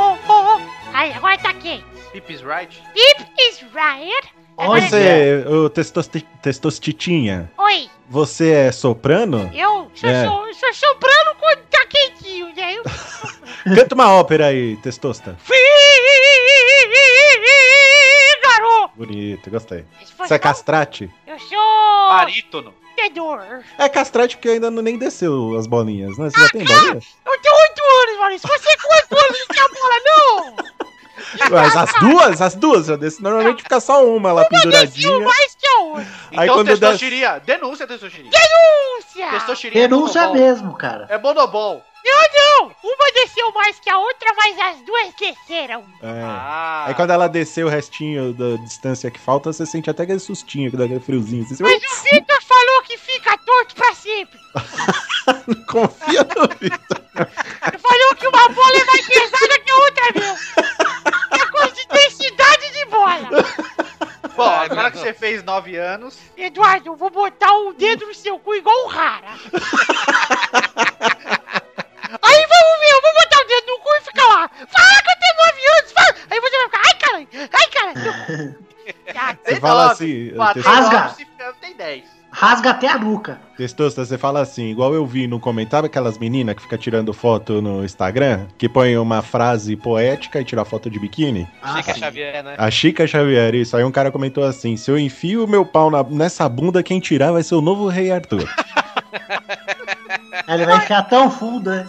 Speaker 11: oh, oh, oh. Aí, agora tá quente.
Speaker 3: Pipe's right.
Speaker 11: Ip is right. Agora-
Speaker 5: Você, o testosti- testostitinha,
Speaker 11: Oi,
Speaker 5: você é
Speaker 11: <laughs>
Speaker 5: soprano?
Speaker 11: eu sou,
Speaker 5: É.
Speaker 11: sou, sou soprano quando tá quentinho, né?
Speaker 5: <laughs>
Speaker 11: Eu-
Speaker 5: Canta uma ópera aí, testosta.
Speaker 11: Fígaro!
Speaker 5: Bonito, gostei.
Speaker 11: Se fosse
Speaker 5: Você é
Speaker 11: bom,
Speaker 5: castrate?
Speaker 11: Eu sou...
Speaker 3: Barítono.
Speaker 11: Tenor.
Speaker 5: É castrate porque ainda não, nem desceu as bolinhas, né? Você já tem bolinha?
Speaker 11: Eu tenho oito anos, Maurício. Você com oito anos não tem a bola, não!
Speaker 5: Mas as duas, as duas já desceu. Normalmente fica só uma lá
Speaker 11: Desceu
Speaker 5: penduradinha.
Speaker 11: mais que a outra.
Speaker 5: Aí
Speaker 3: então,
Speaker 5: quando desce-
Speaker 3: testosteria. Denúncia, testosteria.
Speaker 11: Lúcia!
Speaker 3: Testosteria é
Speaker 7: Denúncia
Speaker 3: bonobol.
Speaker 7: mesmo, cara.
Speaker 3: É bonobol.
Speaker 11: Não, não! Uma desceu mais que a outra, mas as duas desceram.
Speaker 5: É.
Speaker 3: Ah.
Speaker 5: Aí quando ela descer o restinho da distância que falta, você sente até aquele sustinho, aquele friozinho. <laughs> Você
Speaker 11: Mas o Vitor falou que fica torto pra sempre.
Speaker 5: confia no Vitor.
Speaker 11: Ele falou que uma bola é mais pesada que a outra, meu. É coisa de densidade de bola.
Speaker 3: Bom,
Speaker 6: Ah,
Speaker 3: agora
Speaker 6: meu
Speaker 3: que
Speaker 6: Deus.
Speaker 3: você fez 9 anos,
Speaker 11: Eduardo, eu vou botar o dedo no seu cu igual o Rara. Aí vamos ver, eu vou botar o dedo no cu e ficar lá. Fala que eu tenho nove anos. Fala. Aí você vai ficar, ai caralho, ai caralho. Tá,
Speaker 5: Você fala assim,
Speaker 3: bateu
Speaker 5: testosta-
Speaker 7: Rasga.
Speaker 3: nove, se ficar, tem 10.
Speaker 7: Rasga até a nuca.
Speaker 5: Testosta, você fala assim, igual eu vi no comentário aquelas meninas que ficam tirando foto no Instagram, que põem uma frase poética e tira foto de biquíni.
Speaker 7: Ah,
Speaker 6: Chica
Speaker 7: sim.
Speaker 6: Xavier, né?
Speaker 5: A Chica Xavier, isso. Aí um cara comentou assim: se eu enfio o meu pau na- nessa bunda, quem tirar vai ser o novo Rei Arthur.
Speaker 7: Ele vai enfiar tão fundo, né?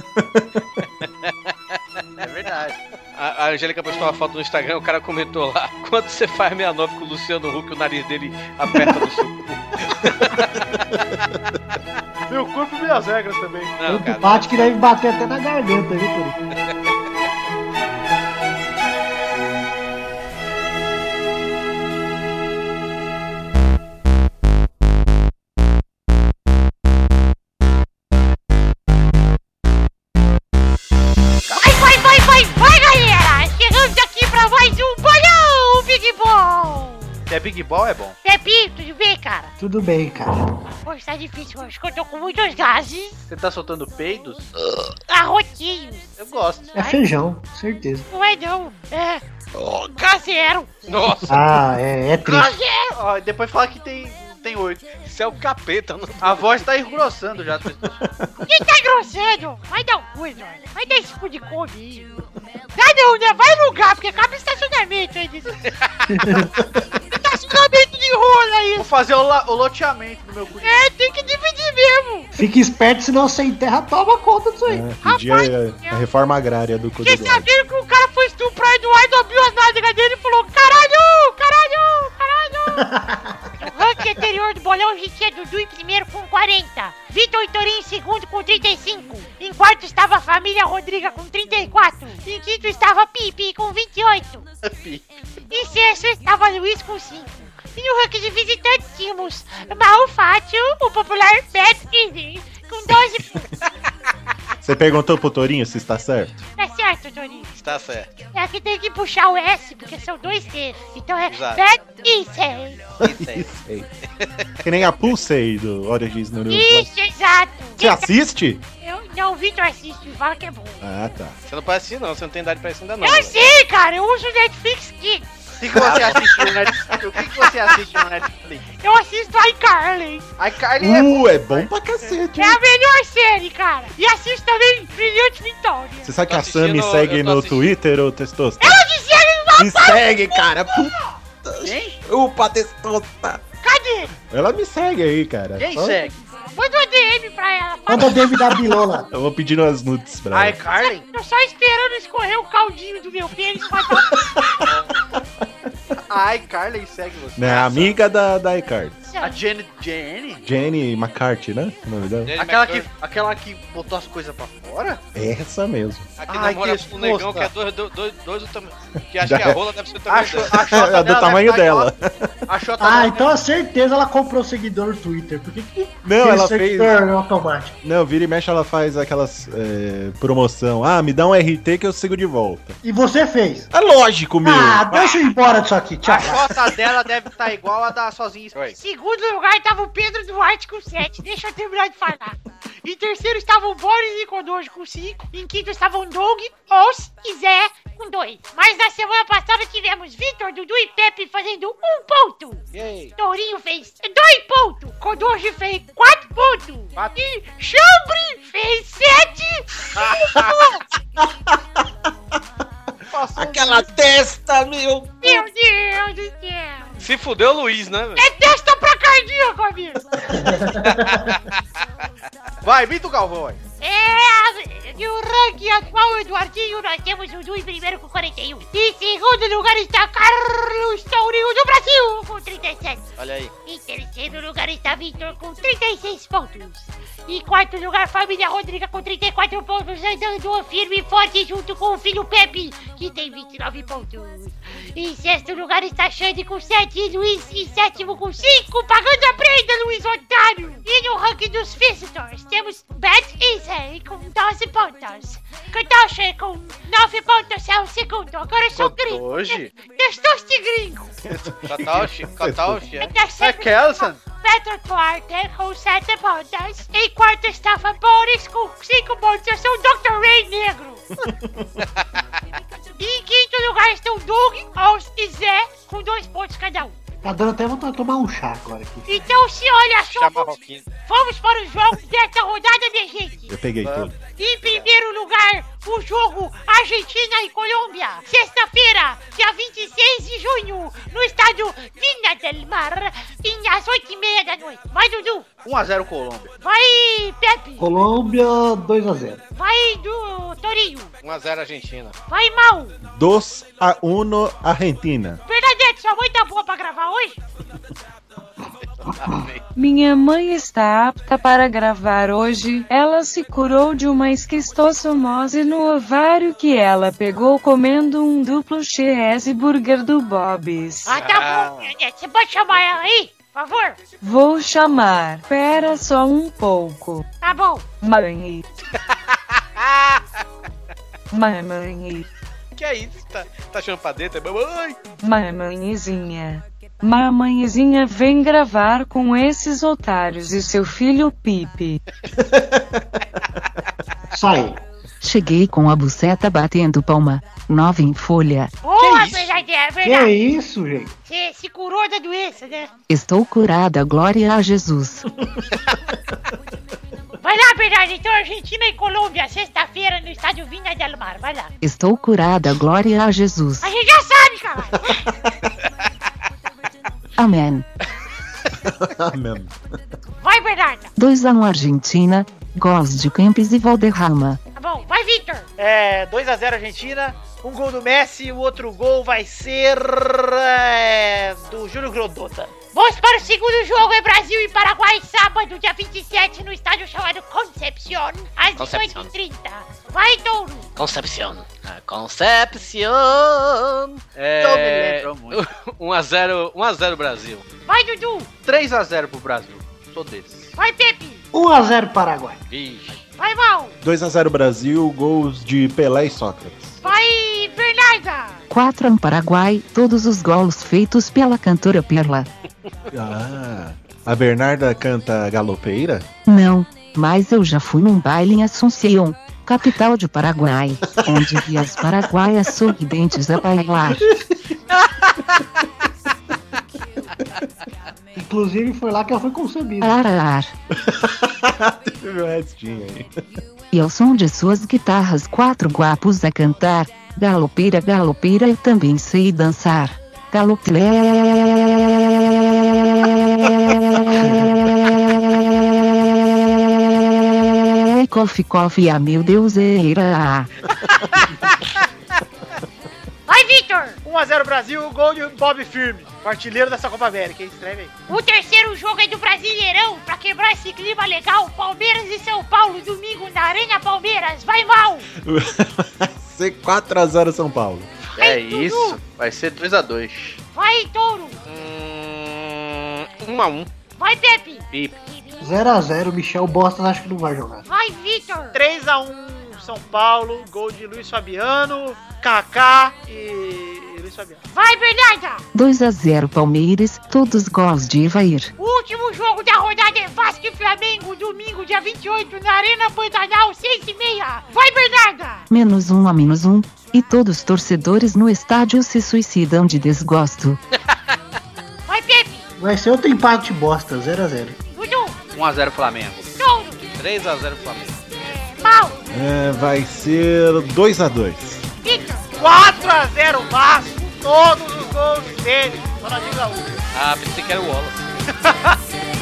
Speaker 3: É verdade.
Speaker 6: A, a Angélica postou uma foto no Instagram, o cara comentou lá. Quando você faz 69 com o Luciano Huck, o nariz dele aperta no
Speaker 3: <laughs>
Speaker 6: seu cu.
Speaker 4: Meu corpo e minhas regras também.
Speaker 6: Não,
Speaker 7: Tanto
Speaker 6: cara.
Speaker 7: bate que deve bater até na garganta, viu, Turinho?
Speaker 11: Vai, vai, vai, vai, vai, galera! Chegamos aqui pra mais um bolão! Big Ball!
Speaker 3: Se é Big Ball, é bom.
Speaker 11: Pepe, tudo bem, cara?
Speaker 7: Tudo bem, cara.
Speaker 11: Hoje tá difícil, hoje que eu tô com muitos gases,
Speaker 3: Você tá soltando peidos?
Speaker 11: arrotinhos.
Speaker 3: Eu gosto.
Speaker 7: É feijão, certeza.
Speaker 11: Não é não, é... Oh, caseiro!
Speaker 6: Nossa,
Speaker 7: Ah, é, é triste.
Speaker 11: Caseiro!
Speaker 3: Ó, e depois fala que tem tem oito.
Speaker 6: isso é o capeta. Não...
Speaker 3: A voz tá engrossando já.
Speaker 11: Quem tá grossando? Vai dar um cu, Jorge. Vai dar esse cu de come. Ah, não, né? Vai alugar, porque cabe estacionamento aí disso. estacionamento de rola
Speaker 3: Vou
Speaker 11: isso.
Speaker 3: fazer o, la- o loteamento no meu cu.
Speaker 11: É, tem que dividir mesmo.
Speaker 7: Fique esperto, senão você enterra, toma conta disso aí.
Speaker 5: É, pedir a, a reforma agrária do
Speaker 11: Vocês
Speaker 5: Codiguai.
Speaker 11: sabiam que o cara foi estuprar Eduardo, abriu as nádegas dele e falou: caralho, caralho, caralho. No ranking anterior do bolão, a gente tinha Dudu em primeiro com 40. Vitor e Torinho em segundo com 35. Em quarto estava a família Rodriga com 34. Em quinto estava Pipi com 28. Em sexto estava Luiz com 5. E no ranking de visitantes tínhamos Malfátio, o popular Bad Easy, com 12 pontos.
Speaker 5: Você perguntou pro Torinho se está certo?
Speaker 11: Tá certo, Torinho?
Speaker 6: Tá certo.
Speaker 11: É que tem que puxar o S, porque são dois T. Então é
Speaker 6: Exato.
Speaker 11: Bad Easy.
Speaker 6: Isso aí.
Speaker 5: Sei. que nem a Pulsei do Origins no Uruguai.
Speaker 11: Isso, exato.
Speaker 5: Você assiste?
Speaker 11: Eu, não, o Vitor assiste, fala que é bom.
Speaker 5: Ah, tá.
Speaker 6: Você não parece assim, não. Você não tem idade pra isso ainda, não.
Speaker 11: Eu sei, cara, eu uso Netflix Kids.
Speaker 3: O que, que você assiste no Netflix? O que, que você assiste no Netflix?
Speaker 11: Eu assisto iCarly.
Speaker 3: A Carly é.
Speaker 5: Uh, é bom pra cacete.
Speaker 11: É
Speaker 5: hein?
Speaker 11: a melhor série, cara. E assisto também Brilhante Vitória.
Speaker 5: Você sabe que a
Speaker 6: assistindo,
Speaker 5: Sammy
Speaker 6: eu
Speaker 5: segue
Speaker 6: tô
Speaker 5: no
Speaker 6: assistindo.
Speaker 5: Twitter, ô Testoso?
Speaker 11: Ela disse ele não
Speaker 5: Me segue, cara. Puta.
Speaker 3: Quem?
Speaker 5: Chupa, Testosta.
Speaker 11: Cadê?
Speaker 5: Ela me segue aí, cara.
Speaker 3: Quem
Speaker 5: Só-
Speaker 3: segue?
Speaker 11: Manda uma DM pra ela. Fala,
Speaker 7: Manda David da Bilola.
Speaker 5: Eu vou pedindo umas nudes pra
Speaker 3: A
Speaker 5: ela.
Speaker 3: Carly?
Speaker 11: Tô só esperando escorrer o caldinho do meu pênis pra dar
Speaker 3: A Carly segue você.
Speaker 5: Né, amiga da, da iCard.
Speaker 3: A
Speaker 11: uma
Speaker 3: Jenny. Jenny?
Speaker 5: Jenny McCarthy, né? O nome dela?
Speaker 6: Ele é
Speaker 3: Aquela que,
Speaker 6: McCurdy,
Speaker 3: aquela que botou as coisas pra fora?
Speaker 5: Essa mesmo.
Speaker 6: Aqui
Speaker 3: Ai,
Speaker 6: namora
Speaker 3: que
Speaker 6: com um negão
Speaker 3: susto.
Speaker 6: que é dois, dois, dois, dois do tamanho. Que acha
Speaker 5: Já
Speaker 6: que
Speaker 5: é.
Speaker 6: a rola deve ser o tamanho
Speaker 3: Acho-
Speaker 6: dela.
Speaker 3: A Xota
Speaker 5: É do
Speaker 3: dela
Speaker 5: tamanho
Speaker 3: deve tá
Speaker 5: dela.
Speaker 3: A Xota
Speaker 7: Ah,
Speaker 3: dela-
Speaker 7: então a certeza ela comprou seguidor no Twitter. Por que, que tá
Speaker 5: Não,
Speaker 7: tem
Speaker 5: ela fez.
Speaker 7: seguidor é automático?
Speaker 5: Não, vira e mexe, ela faz aquelas é, promoção. Ah, me dá um RT que eu sigo de volta.
Speaker 7: E você fez.
Speaker 5: É lógico, meu.
Speaker 7: Ah, deixa eu ir embora disso aqui, tchau.
Speaker 3: A
Speaker 5: Ah,
Speaker 3: Xota dela deve estar igual a da sozinha.
Speaker 6: Oi.
Speaker 11: Segundo lugar tava o Pedro Duarte com 7. Deixa eu terminar de falar. Em terceiro estavam Boris e Codojo com 5. Em quinto estavam Doug, Os e Zé com 2. Mas na semana passada tivemos Vitor, Dudu e Pepe fazendo 1 um ponto. Tourinho fez 2 pontos. Codojo fez 4 pontos. E Chambre fez 7.
Speaker 5: <laughs> Aquela testa, meu.
Speaker 11: Meu Deus do céu.
Speaker 6: Se fudeu o Luiz, né, velho?
Speaker 11: É testa pra cardíaco, amigo.
Speaker 3: <laughs> Vai, Vitor Galvão. vai.
Speaker 11: É, no ranking atual, Eduardinho, nós temos o Du em primeiro com 41. Em segundo lugar está Carlos Tourinho do Brasil com 37.
Speaker 3: <laughs>
Speaker 6: Olha aí.
Speaker 11: Em terceiro lugar está Vitor com 36 pontos. Em quarto lugar, família Rodriga com 34 pontos, andando firme e forte junto com o filho Pepe, que tem 29 pontos. Em sexto lugar está Xande com 7 e Luiz em sétimo com 5, pagando a prenda, Luiz Otário. E no ranking dos visitors, temos Bad Easy com 12 pontos. Kadoshi com 9 pontos é o segundo, agora sou gringo.
Speaker 3: Hoje?
Speaker 11: Testoste gringo.
Speaker 6: Catauchi, Catauchi, é.
Speaker 3: É Kelson?
Speaker 11: Petro Duarte com 7 pontos. Em quarto estava Boris com 5 pontos. Eu sou o Dr.
Speaker 6: <laughs>
Speaker 11: Ray Negro. e em quinto lugar estão Doug, Os e Zé com 2 pontos cada um.
Speaker 7: Tá dando até vontade de tomar um chá agora aqui.
Speaker 11: Então, se olha só,
Speaker 6: Chama
Speaker 11: vamos,
Speaker 6: Roquinho.
Speaker 11: vamos para o jogo dessa rodada, minha gente.
Speaker 5: Eu peguei tudo.
Speaker 11: Em primeiro lugar, o jogo Argentina e Colômbia. Sexta-feira, dia 26 de junho, no estádio Vinha del Mar, em- às 8h30 da noite. Vai, Dudu.
Speaker 3: 1x0 Colômbia.
Speaker 11: Vai, Pepe!
Speaker 7: Colômbia 2x0.
Speaker 11: Vai do Torinho!
Speaker 6: 1x0 Argentina.
Speaker 11: Vai, Mal!
Speaker 5: 2 a 1 <laughs> Argentina.
Speaker 11: Bernadette, sua mãe tá boa pra gravar hoje?
Speaker 12: Minha mãe está apta para gravar hoje. Ela se curou de uma esquistossomose no ovário que ela pegou comendo um duplo cheese burger do Bob's.
Speaker 11: Ah, tá bom, Bernadette. Você pode chamar ela aí, por favor?
Speaker 12: Vou chamar. Pera só um pouco.
Speaker 11: Tá bom.
Speaker 12: Mãe. Mamãe.
Speaker 6: que é isso? Tá, tá achando pra dentro? É mamãe?
Speaker 12: Mamãezinha. Mamãezinha vem gravar com esses otários e seu filho Pipe.
Speaker 7: Sai.
Speaker 13: Cheguei com a buceta batendo palma. Nova em folha.
Speaker 11: Boa, verdade, é
Speaker 7: Que é
Speaker 11: verdade.
Speaker 7: isso, gente?
Speaker 11: Você se curou da doença, né?
Speaker 13: Estou curada, glória a Jesus.
Speaker 11: Vai lá, verdade. Então, Argentina e Colômbia, sexta-feira no estádio Vinha del Mar. Vai lá.
Speaker 13: Estou curada, glória a Jesus.
Speaker 11: A gente já sabe, cara.
Speaker 13: Amém.
Speaker 5: Amém.
Speaker 11: Vai, Bernarda.
Speaker 13: 2 a 1 Argentina. Gols de Kempis e Valderrama.
Speaker 11: Tá bom, vai, Victor.
Speaker 4: É, 2x0 Argentina, um gol do Messi, o outro gol vai ser é, do Júlio Grondota.
Speaker 11: Vamos para o segundo jogo, é Brasil e Paraguai, sábado, dia 27, no estádio chamado Concepción, às
Speaker 14: Concepción.
Speaker 11: 18h30. Vai, Touro.
Speaker 14: Concepción.
Speaker 6: Ah,
Speaker 14: A Concepción.
Speaker 4: Então,
Speaker 6: É.
Speaker 14: Não me lembro
Speaker 6: 1x0 1x0 Brasil.
Speaker 11: Vai, Dudu.
Speaker 3: 3x0 pro Brasil. Sou desses.
Speaker 11: Vai, Pepe.
Speaker 7: 1x0 Paraguai.
Speaker 6: Vixe.
Speaker 11: Vai, Val.
Speaker 5: 2x0 Brasil, gols de Pelé e Sócrates.
Speaker 11: Vai, Bernarda.
Speaker 13: 4 a 1 Paraguai. Todos os gols feitos pela cantora Perla.
Speaker 5: Ah, a Bernarda canta galopeira?
Speaker 13: Não, mas eu já fui num baile em Assunción, capital de Paraguai, onde vi as paraguaias sorridentes a bailar.
Speaker 7: Inclusive foi lá que ela foi concebida.
Speaker 13: Ararar.
Speaker 5: Teve o restinho aí.
Speaker 13: E ao som de suas guitarras, quatro guapos a cantar. Galopeira, galopeira, eu também sei dançar. Galopeira. Coffee, coffee, ah meu Deus, ah. era.
Speaker 11: Vai, Victor.
Speaker 4: 1x0 Brasil, gol de Bob Firme, o artilheiro dessa Copa América, hein? Escreve aí.
Speaker 11: O terceiro jogo é do Brasileirão. Pra quebrar esse clima legal, Palmeiras e São Paulo, domingo na Arena Palmeiras. Vai, Val.
Speaker 5: Ser 4x0 São Paulo.
Speaker 3: É isso. Vai ser 2x2.
Speaker 11: Vai, Touro.
Speaker 6: 1x1.
Speaker 11: Vai, Pepe.
Speaker 3: Pipe.
Speaker 7: 0x0, Michel Bostas acho que não vai jogar.
Speaker 11: Vai, Victor.
Speaker 4: 3x1 São Paulo, gol de Luiz Fabiano, Kaká e Luiz Fabiano.
Speaker 11: Vai, Bernarda.
Speaker 13: 2 a 0 Palmeiras, todos gols de Ivair.
Speaker 11: O último jogo da rodada é Vasco e Flamengo, domingo, dia 28, na Arena Pantanal, 6 e meia. Vai, Bernarda!
Speaker 13: Menos um a menos um, e todos os torcedores no estádio se suicidam de desgosto.
Speaker 11: <laughs> Vai, Pepe!
Speaker 7: Vai ser outro empate bosta, 0x0.
Speaker 11: Dudu!
Speaker 3: 1x0 Flamengo.
Speaker 11: Touro!
Speaker 6: 3x0 Flamengo.
Speaker 11: Mal!
Speaker 5: É, vai ser 2x2.
Speaker 11: Victor!
Speaker 4: 4x0 Vasco, todos os gols dele. um. Ronaldinho Gaúcho.
Speaker 6: Ah, pensei que era o
Speaker 3: <laughs>
Speaker 6: Wallace.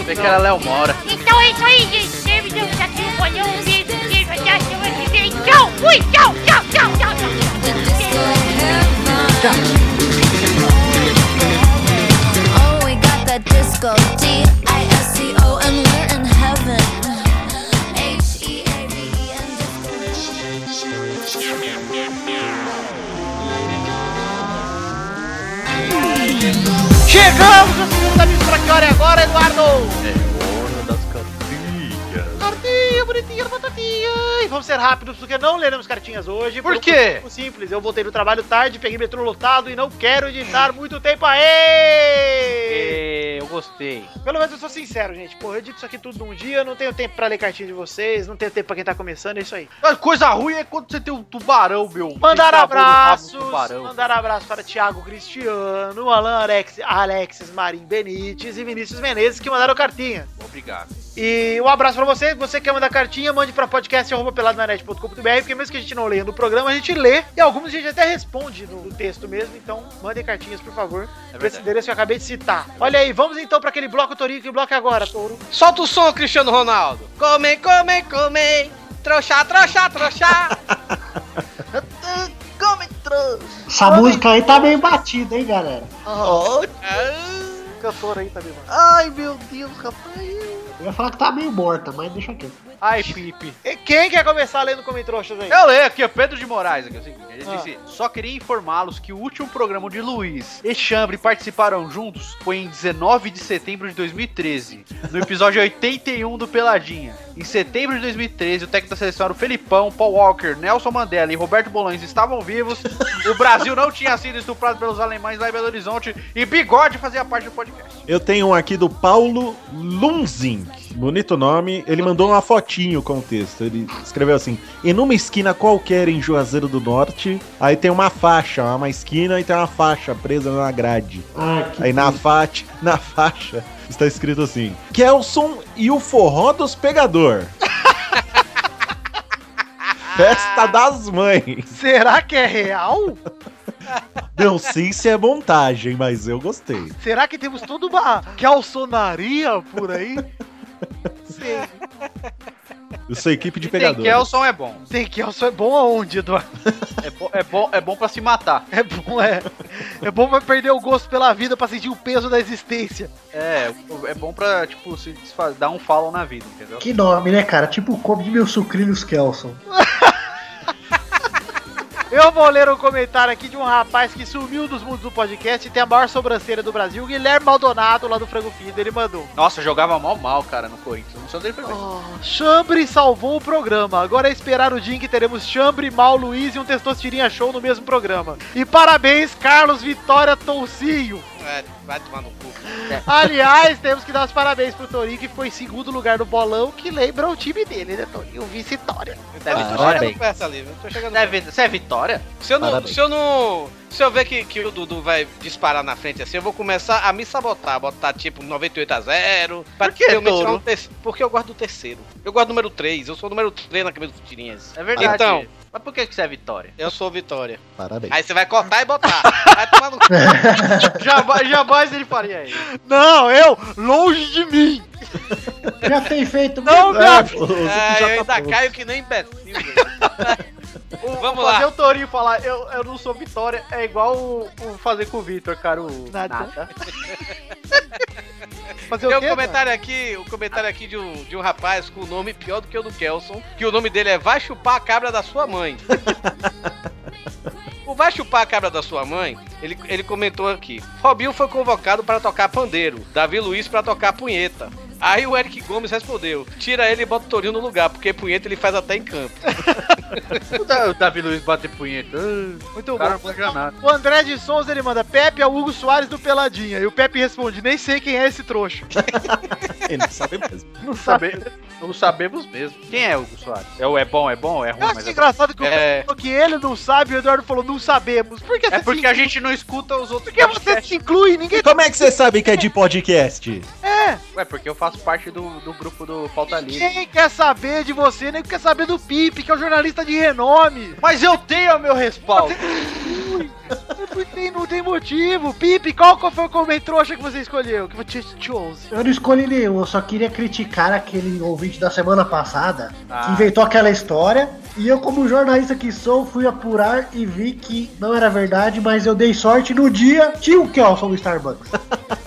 Speaker 3: Vê que era Léo Mora.
Speaker 11: Então é isso aí, gente. Terminamos aqui o bolhão. Um beijo, um beijo. Até a semana que vem. Tchau! Fui! Tchau, tchau, tchau, tchau, tchau! Tchau!
Speaker 15: Oh, we got that disco. D I S C O, and we're in heaven. H E A V E N.
Speaker 4: Chegamos no segundo amigo pra que hora é agora, Eduardo? Cartinha, bonitinha, batatinha. E vamos ser rápidos porque não leremos cartinhas hoje.
Speaker 3: Por
Speaker 4: um
Speaker 3: quê?
Speaker 4: motivo Simples, eu voltei do trabalho tarde, peguei metrô lotado e não quero editar muito tempo aí.
Speaker 3: Ê, É, Eu gostei.
Speaker 4: Pelo menos eu sou sincero, gente. Porra, eu edito isso aqui tudo num dia, não tenho tempo pra ler cartinha de vocês, não tenho tempo pra quem tá começando, é isso aí.
Speaker 3: Mas coisa ruim é quando você tem um tubarão, meu.
Speaker 4: Mandar
Speaker 3: Você travou no rabo do
Speaker 4: abraços,
Speaker 3: tubarão.
Speaker 4: mandar abraço para Thiago Cristiano, Alan Alex, Alexis Marim Benites e Vinícius Menezes que mandaram cartinha.
Speaker 3: Obrigado.
Speaker 4: E um abraço pra você. Você quer mandar cartinha, mande pra podcast.peladnanet.com.br, porque mesmo que a gente não leia no programa, a gente lê e algumas a gente até responde no, no texto mesmo. Então, mandem cartinhas, por favor,
Speaker 3: É
Speaker 4: pra esse
Speaker 3: verdade.
Speaker 4: endereço que eu acabei de citar. Olha aí, vamos então pra aquele bloco, Torinho. Que bloco é agora, Touro?
Speaker 6: Solta o som, Cristiano Ronaldo. Come, come, come. Trouxa, trouxa, trouxa.
Speaker 14: Come trouxa.
Speaker 7: Essa música aí tá meio batida, hein, galera?
Speaker 4: Ah. Cantor aí também, mano.
Speaker 14: Ai, meu Deus, rapaz.
Speaker 7: Eu ia falar que tá meio morta, mas deixa aqui.
Speaker 4: Ai, Pipe. E quem quer começar lendo comentroxas aí?
Speaker 3: Eu leio É, aqui, ó, Pedro de Moraes. Aqui, é o seguinte, ele disse: Só queria informá-los que o último programa de Luiz e Chambre participaram juntos foi em 19 de setembro de 2013, no episódio 81 do Peladinha. Em setembro de 2013, o técnico da seleção era o Felipão, Paul Walker, Nelson Mandela e Roberto Bolões estavam vivos. O Brasil não tinha sido estuprado pelos alemães lá em Belo Horizonte e Bigode fazia parte do podcast.
Speaker 5: Eu tenho um aqui do Paulo Lunzing. Bonito nome. Ele mandou uma fotinho com o texto. Ele escreveu assim: em numa esquina qualquer em Juazeiro do Norte, aí tem uma faixa, uma esquina e tem uma faixa presa na grade.
Speaker 7: Ah, que
Speaker 5: aí na, fati, <laughs> na faixa está escrito assim: Kelson e o forró dos pegador. <laughs> Festa das mães.
Speaker 4: <laughs> Será que é real?
Speaker 5: Não sei se é montagem, mas eu gostei.
Speaker 4: Será que temos toda <laughs> uma calçonaria por aí?
Speaker 5: Eu sou equipe de
Speaker 3: Tem
Speaker 5: pegador.
Speaker 3: Kelson é bom.
Speaker 4: Tem que só é bom aonde, Eduardo?
Speaker 3: É, bo é, bom é bom pra se matar.
Speaker 4: É bom, é. É bom pra perder o gosto pela vida, pra sentir o peso da existência.
Speaker 3: É, é bom pra, tipo, se desfa- dar um follow na vida, entendeu?
Speaker 7: Que nome, né, cara? Tipo, come meus sucrilhos, Kelson.
Speaker 4: Eu vou ler um comentário aqui de um rapaz que sumiu dos mundos do podcast e tem a maior sobrancelha do Brasil, Guilherme Maldonado, lá do Frango Fido, ele mandou.
Speaker 3: Nossa, jogava mal mal, cara, no Corinthians. Não sei onde ele foi.
Speaker 4: Oh.
Speaker 3: bem.
Speaker 4: Chambre salvou o programa. Agora é esperar o dia em que teremos Chambre, Mal Luiz e um Testosterinha Show no mesmo programa. E parabéns, Carlos Vitória Toucinho.
Speaker 6: É, vai tomar no cu.
Speaker 4: Aliás, temos que dar os parabéns pro Torinho, que foi em segundo lugar no bolão, que lembra o time dele, né, Torinho? O Vitória. Ah,
Speaker 6: Deve estar
Speaker 4: olha
Speaker 6: chegando
Speaker 4: bem.
Speaker 6: perto ali, eu tô chegando
Speaker 3: Deve- Você é Vitória?
Speaker 6: Se eu não.
Speaker 3: Parabéns.
Speaker 6: Se eu não. Se eu ver que, que o Dudu vai disparar na frente assim, eu vou começar a me sabotar. Botar tipo 98 a 0. Pra
Speaker 3: que,
Speaker 6: eu mencionar
Speaker 3: Touro?
Speaker 6: um terce- Porque eu gosto do terceiro. Eu gosto do número 3. Eu sou o número 3 na camisa dos tirinhas.
Speaker 3: É verdade.
Speaker 6: Então,
Speaker 3: Mas por que que você é Vitória?
Speaker 6: eu sou Vitória.
Speaker 5: Parabéns.
Speaker 6: Aí você vai cortar e botar. Vai tomar no cu.
Speaker 4: Jamais, jamais ele faria isso. Não, eu, longe de mim.
Speaker 7: Já tem
Speaker 4: <laughs>
Speaker 7: feito
Speaker 4: Não,
Speaker 7: mesmo.
Speaker 4: meu
Speaker 7: Ah,
Speaker 4: amigo.
Speaker 7: pô, você já
Speaker 6: É, eu
Speaker 7: tá
Speaker 6: ainda
Speaker 7: pronto.
Speaker 6: caio que nem imbecil.
Speaker 4: Vamos
Speaker 6: lá.
Speaker 4: Fazer o Torinho falar, eu, eu não sou Vitória, é igual o, o fazer com o Vitor, cara, o nada. Fazer o
Speaker 6: Tem um
Speaker 4: quê,
Speaker 6: comentário aqui, um comentário aqui de um, de um rapaz com o nome pior do que o do Kelson, que o nome dele é Vai Chupar a Cabra da Sua Mãe. o Vai Chupar a Cabra da Sua Mãe, ele, ele comentou aqui. Robinho foi convocado para tocar pandeiro, Davi Luiz para tocar punheta. Aí o Eric Gomes respondeu: tira ele e bota o Torinho no lugar, porque punheta ele faz até em campo.
Speaker 3: O Da- o Davi Luiz bater punheta. Muito cara, bom. Não
Speaker 4: O André de Souza ele manda Pepe é o Hugo Soares do Peladinha. E o Pepe responde: Nem sei quem é esse trouxa.
Speaker 5: Ele não sabe mesmo.
Speaker 3: não, sabe, não sabemos mesmo. Quem é o Hugo Soares? É, o é bom, é bom, é ruim,
Speaker 4: Eu acho
Speaker 3: mas
Speaker 4: engraçado que o Pepe
Speaker 3: é...
Speaker 4: falou que ele não sabe e o Eduardo falou: Não sabemos. Por que
Speaker 3: É
Speaker 4: você
Speaker 3: porque a é gente não escuta os
Speaker 4: Por
Speaker 3: outros.
Speaker 4: que você se inclui? Ninguém.
Speaker 5: Como é que você sabe que é de podcast?
Speaker 4: É.
Speaker 3: Ué, porque eu faço parte do, do grupo do Pauta Livre.
Speaker 4: Quem quer saber de você, nem quer saber do Pipe, que é um jornalista de renome.
Speaker 3: Mas eu tenho o meu respaldo.
Speaker 4: Não tem, não tem motivo. Pipe, qual que foi o comentário trouxa que você escolheu? Que você chose?
Speaker 7: É, Eu não escolhi nenhum, eu só queria criticar aquele ouvinte da semana passada
Speaker 4: Ah.
Speaker 7: que inventou aquela história. E eu, como jornalista que sou, fui apurar e vi que não era verdade, mas eu dei sorte no dia. Tinha o Kelson do Starbucks.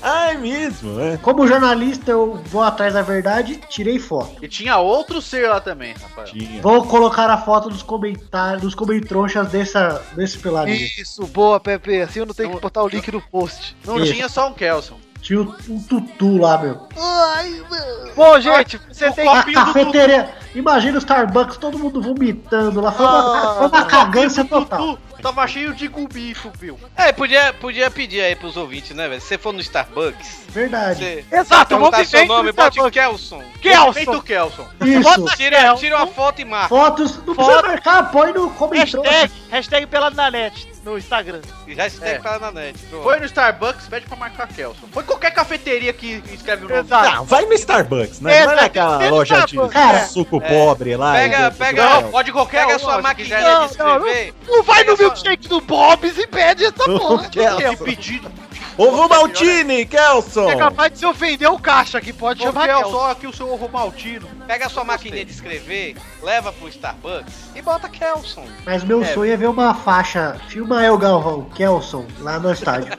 Speaker 5: Ah, é mesmo, é.
Speaker 7: Como jornalista, eu vou atrás da verdade, tirei foto.
Speaker 3: E tinha outro ser lá também, rapaz.
Speaker 7: Vou colocar a foto dos comentários, dos comentrouxas dessa, desse peladinho.
Speaker 4: Isso, boa, Pepe. Assim eu não tenho que botar o link no post.
Speaker 3: Não
Speaker 7: Isso.
Speaker 3: tinha só um Kelson.
Speaker 7: Tinha o- um tutu lá, meu.
Speaker 4: Ai, mano. Bom, gente, você tem
Speaker 7: A cafeteria. Imagina o Starbucks, todo mundo vomitando lá. Foi uma,
Speaker 4: Ah,
Speaker 7: foi uma cagância total.
Speaker 4: Tutu tava cheio de cubito, viu?
Speaker 6: É, podia, podia pedir aí pros ouvintes, né, velho? Se você for no Starbucks.
Speaker 7: Verdade.
Speaker 4: Exato, vamos
Speaker 6: vamos Então tá seu
Speaker 4: inventar
Speaker 6: nome,
Speaker 4: o
Speaker 6: bote Kelson.
Speaker 4: Kelson.
Speaker 6: Feito Kelson.
Speaker 7: Isso.
Speaker 6: Bota- Tira, tira uma foto e marca.
Speaker 7: Fotos, não precisa marcar, põe no comentário.
Speaker 4: Hashtag, hashtag pelado na net no Instagram.
Speaker 6: Já está
Speaker 3: É.
Speaker 6: é. na net. pronto.
Speaker 3: Foi no Starbucks, pede pra marcar Kelson. Foi qualquer cafeteria que escreve o nome.
Speaker 5: Não, Ah, vai no Starbucks, né? Vai naquela loja de
Speaker 3: Cara,
Speaker 5: suco pobre lá. né?
Speaker 6: Pega,
Speaker 5: e-
Speaker 6: pega,
Speaker 5: Não,
Speaker 6: pode qualquer um, pega sua maquininha
Speaker 4: Não,
Speaker 6: de escrever.
Speaker 4: não, não vai no milkshake do Bob's e pede essa porra.
Speaker 5: Kelson.
Speaker 4: Que pedido.
Speaker 5: Ovo Maltini, Kelson!
Speaker 4: É capaz de se ofender o caixa que pode chamar Kelson.
Speaker 6: só
Speaker 3: aqui o seu ovo maltino.
Speaker 6: Pega sua maquininha de escrever, leva pro Starbucks e bota Kelson.
Speaker 7: Mas meu
Speaker 6: É,
Speaker 7: sonho é ver uma faixa. Filma El Galvão, Kelson, lá no estádio.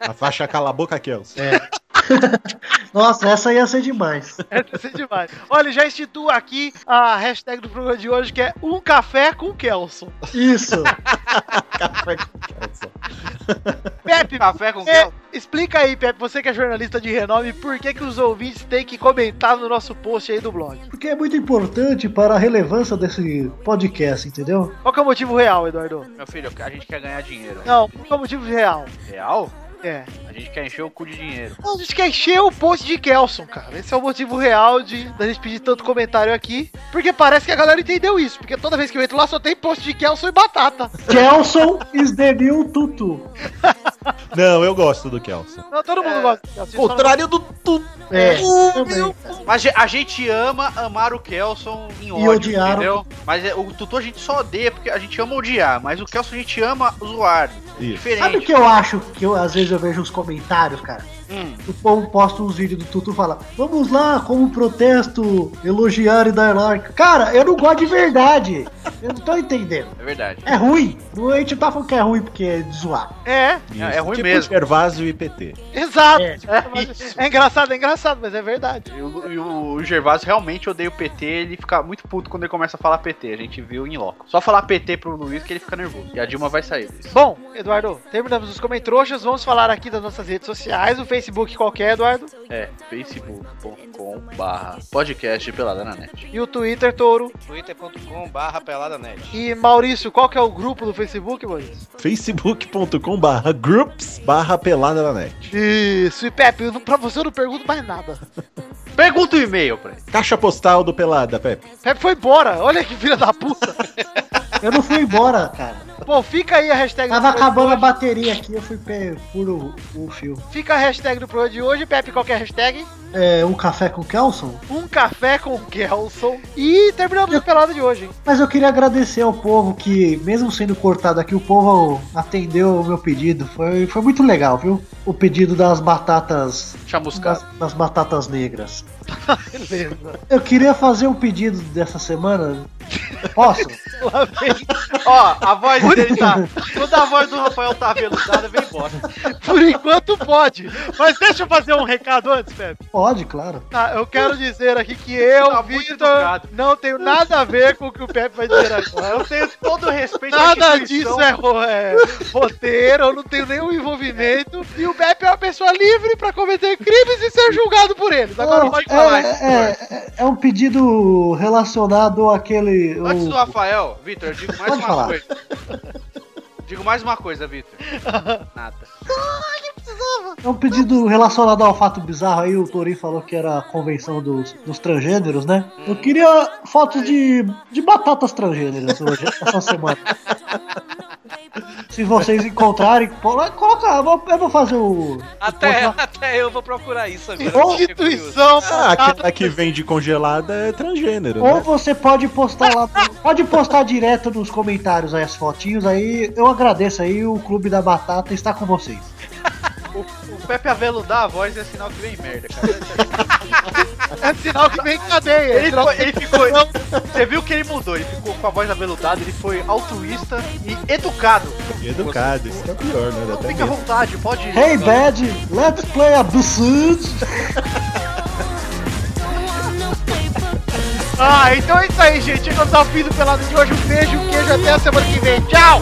Speaker 5: A faixa cala a boca, Kelson.
Speaker 7: Nossa, essa ia ser demais.
Speaker 4: Essa é demais. Olha, já institua aqui a hashtag do programa de hoje que é Um Café com Kelson.
Speaker 7: Isso.
Speaker 5: Café com Kelson.
Speaker 4: Pepe,
Speaker 3: Café com
Speaker 4: É,
Speaker 3: gel.
Speaker 4: explica aí, Pepe, você que é jornalista de renome, por que, que os ouvintes têm que comentar no nosso post aí do blog?
Speaker 7: Porque é muito importante para a relevância desse podcast, entendeu?
Speaker 4: <laughs> Qual que é o motivo real, Eduardo?
Speaker 3: Meu filho, a gente quer ganhar dinheiro.
Speaker 4: Não, qual que é o motivo real?
Speaker 3: Real?
Speaker 4: É.
Speaker 3: A gente quer encher o cu de dinheiro.
Speaker 4: Não, a gente quer encher o post de Kelson, cara. Esse é o motivo real de da gente pedir tanto comentário aqui. Porque parece que a galera entendeu isso. Porque toda vez que eu entro lá só tem post de Kelson e batata.
Speaker 7: Kelson is the new tutu.
Speaker 5: Não, eu gosto do Kelson.
Speaker 4: Não, todo
Speaker 3: É.
Speaker 4: mundo gosta de Kelson.
Speaker 5: Contrário do tudo.
Speaker 7: É,
Speaker 3: Mas a gente ama amar o Kelson em ódio,
Speaker 7: odiar o-
Speaker 3: entendeu? Mas é, o Tutu a gente só odeia, porque a gente ama odiar, mas o Kelson a gente ama zoar.
Speaker 5: Isso.
Speaker 3: Diferente.
Speaker 7: Sabe o que eu acho? Que eu, às vezes eu vejo os comentários, cara. O povo posta uns vídeos do Tutu e fala: Vamos lá, como protesto, elogiar e dar like. Cara, eu não gosto de verdade. Eu não tô entendendo.
Speaker 3: É verdade.
Speaker 7: É ruim. Não, A gente não tá falando que é ruim porque é de zoar.
Speaker 4: É,
Speaker 3: Não, é ruim
Speaker 5: tipo
Speaker 3: mesmo.
Speaker 5: Gervásio e PT.
Speaker 4: exato. É, é engraçado, é engraçado, mas é verdade.
Speaker 3: E o, e o Gervásio realmente odeia o PT, ele fica muito puto quando ele começa a falar PT, a gente viu em loco. Só falar PT pro Luiz que ele fica nervoso. E a Dilma vai sair disso.
Speaker 4: Bom, Eduardo, terminamos os comentroxas. Vamos falar aqui das nossas redes sociais. O Facebook qualquer, Eduardo.
Speaker 3: É, facebook.com barra podcast pelada na net.
Speaker 4: E o Twitter, Touro.
Speaker 6: twitter.com barra peladanet.
Speaker 4: E Maurício, qual que é o grupo do Facebook, Maurício?
Speaker 5: facebook.com barra groups barra pelada na net.
Speaker 4: Isso, e Pepe, eu não- pra você eu não pergunto mais nada.
Speaker 3: Pergunta o e-mail pra ele.
Speaker 5: Caixa postal do Pelada, Pepe.
Speaker 4: Pepe foi embora, olha que filha da puta.
Speaker 7: Eu não fui embora, cara.
Speaker 4: Bom, fica aí a hashtag
Speaker 7: Tava
Speaker 4: do Pro
Speaker 7: acabando
Speaker 4: de
Speaker 7: a
Speaker 4: hoje.
Speaker 7: bateria aqui, eu fui pe- por o, o fio.
Speaker 4: Fica a hashtag do programa de hoje, Pepe, qualquer hashtag.
Speaker 7: É, um café com Kelson?
Speaker 4: Um café com o Kelson. E terminamos a pelada de hoje.
Speaker 7: Mas eu queria agradecer ao povo que, mesmo sendo cortado aqui, o povo atendeu o meu pedido. Foi, foi muito legal, viu? O pedido das batatas.
Speaker 3: Chamuscado.
Speaker 7: Das, das batatas negras.
Speaker 4: Beleza.
Speaker 7: Eu queria fazer um pedido dessa semana. Posso? <laughs>
Speaker 4: Lá vem.
Speaker 3: Ó, a voz dele tá. Quando a voz do Rafael tá aveludada, vem embora.
Speaker 4: Por enquanto pode. Mas deixa eu fazer um recado antes, Pepe.
Speaker 7: Pode, claro.
Speaker 4: Tá, eu quero dizer aqui que eu,
Speaker 3: Tá muito
Speaker 4: Victor,
Speaker 3: educado.
Speaker 4: não tenho nada a ver com o que o Pepe vai dizer agora.
Speaker 3: Eu tenho todo o respeito à
Speaker 4: Nada
Speaker 3: instituição.
Speaker 4: disso é, ro- é roteiro, eu não tenho nenhum envolvimento. E o Pepe é uma pessoa livre pra cometer crimes e ser julgado por eles. Agora
Speaker 7: Oh,
Speaker 4: pode
Speaker 7: é,
Speaker 4: falar.
Speaker 7: é, é- é um pedido relacionado àquele.
Speaker 3: Antes
Speaker 7: o-
Speaker 3: do Rafael, Vitor, eu digo mais
Speaker 7: Pode
Speaker 3: uma
Speaker 7: falar.
Speaker 3: coisa. Digo mais uma coisa, Vitor. Nada.
Speaker 7: É um pedido relacionado ao fato bizarro aí, o Torin falou que era a convenção dos, dos transgêneros, né? Eu queria fotos de, de batatas transgêneras hoje,
Speaker 4: <laughs>
Speaker 7: essa semana. Se vocês encontrarem, pô, lá, coloca, eu vou, eu vou fazer o.
Speaker 6: Até,
Speaker 7: Porra.
Speaker 6: até eu vou procurar isso
Speaker 3: é,
Speaker 6: agora. fiquei curioso.
Speaker 4: Instituição,
Speaker 5: Ah,
Speaker 4: batata-
Speaker 5: aquela que vende congelada é transgênero,
Speaker 7: Ou
Speaker 5: né?
Speaker 7: você pode postar lá, pode postar direto nos comentários aí as fotinhos, aí eu agradeço aí, o Clube da Batata está com vocês.
Speaker 3: O, o Pepe aveludar a voz é sinal que vem merda, cara.
Speaker 4: é sinal que vem cadeia. é
Speaker 3: Ele,
Speaker 4: sinal
Speaker 3: foi-
Speaker 4: que-
Speaker 3: ele ficou. Você viu que ele mudou? Ele ficou com a voz aveludada, ele foi altruísta e educado.
Speaker 5: Educado, isso que é o pior, né? Dá até
Speaker 3: Fica à
Speaker 5: medo.
Speaker 3: vontade, pode ir.
Speaker 7: Hey Bad, let's play a Bussud!
Speaker 4: Ah, então é isso aí, gente. Chegamos ao fim do pelado de hoje. Um beijo, um queijo até a semana que vem. Tchau!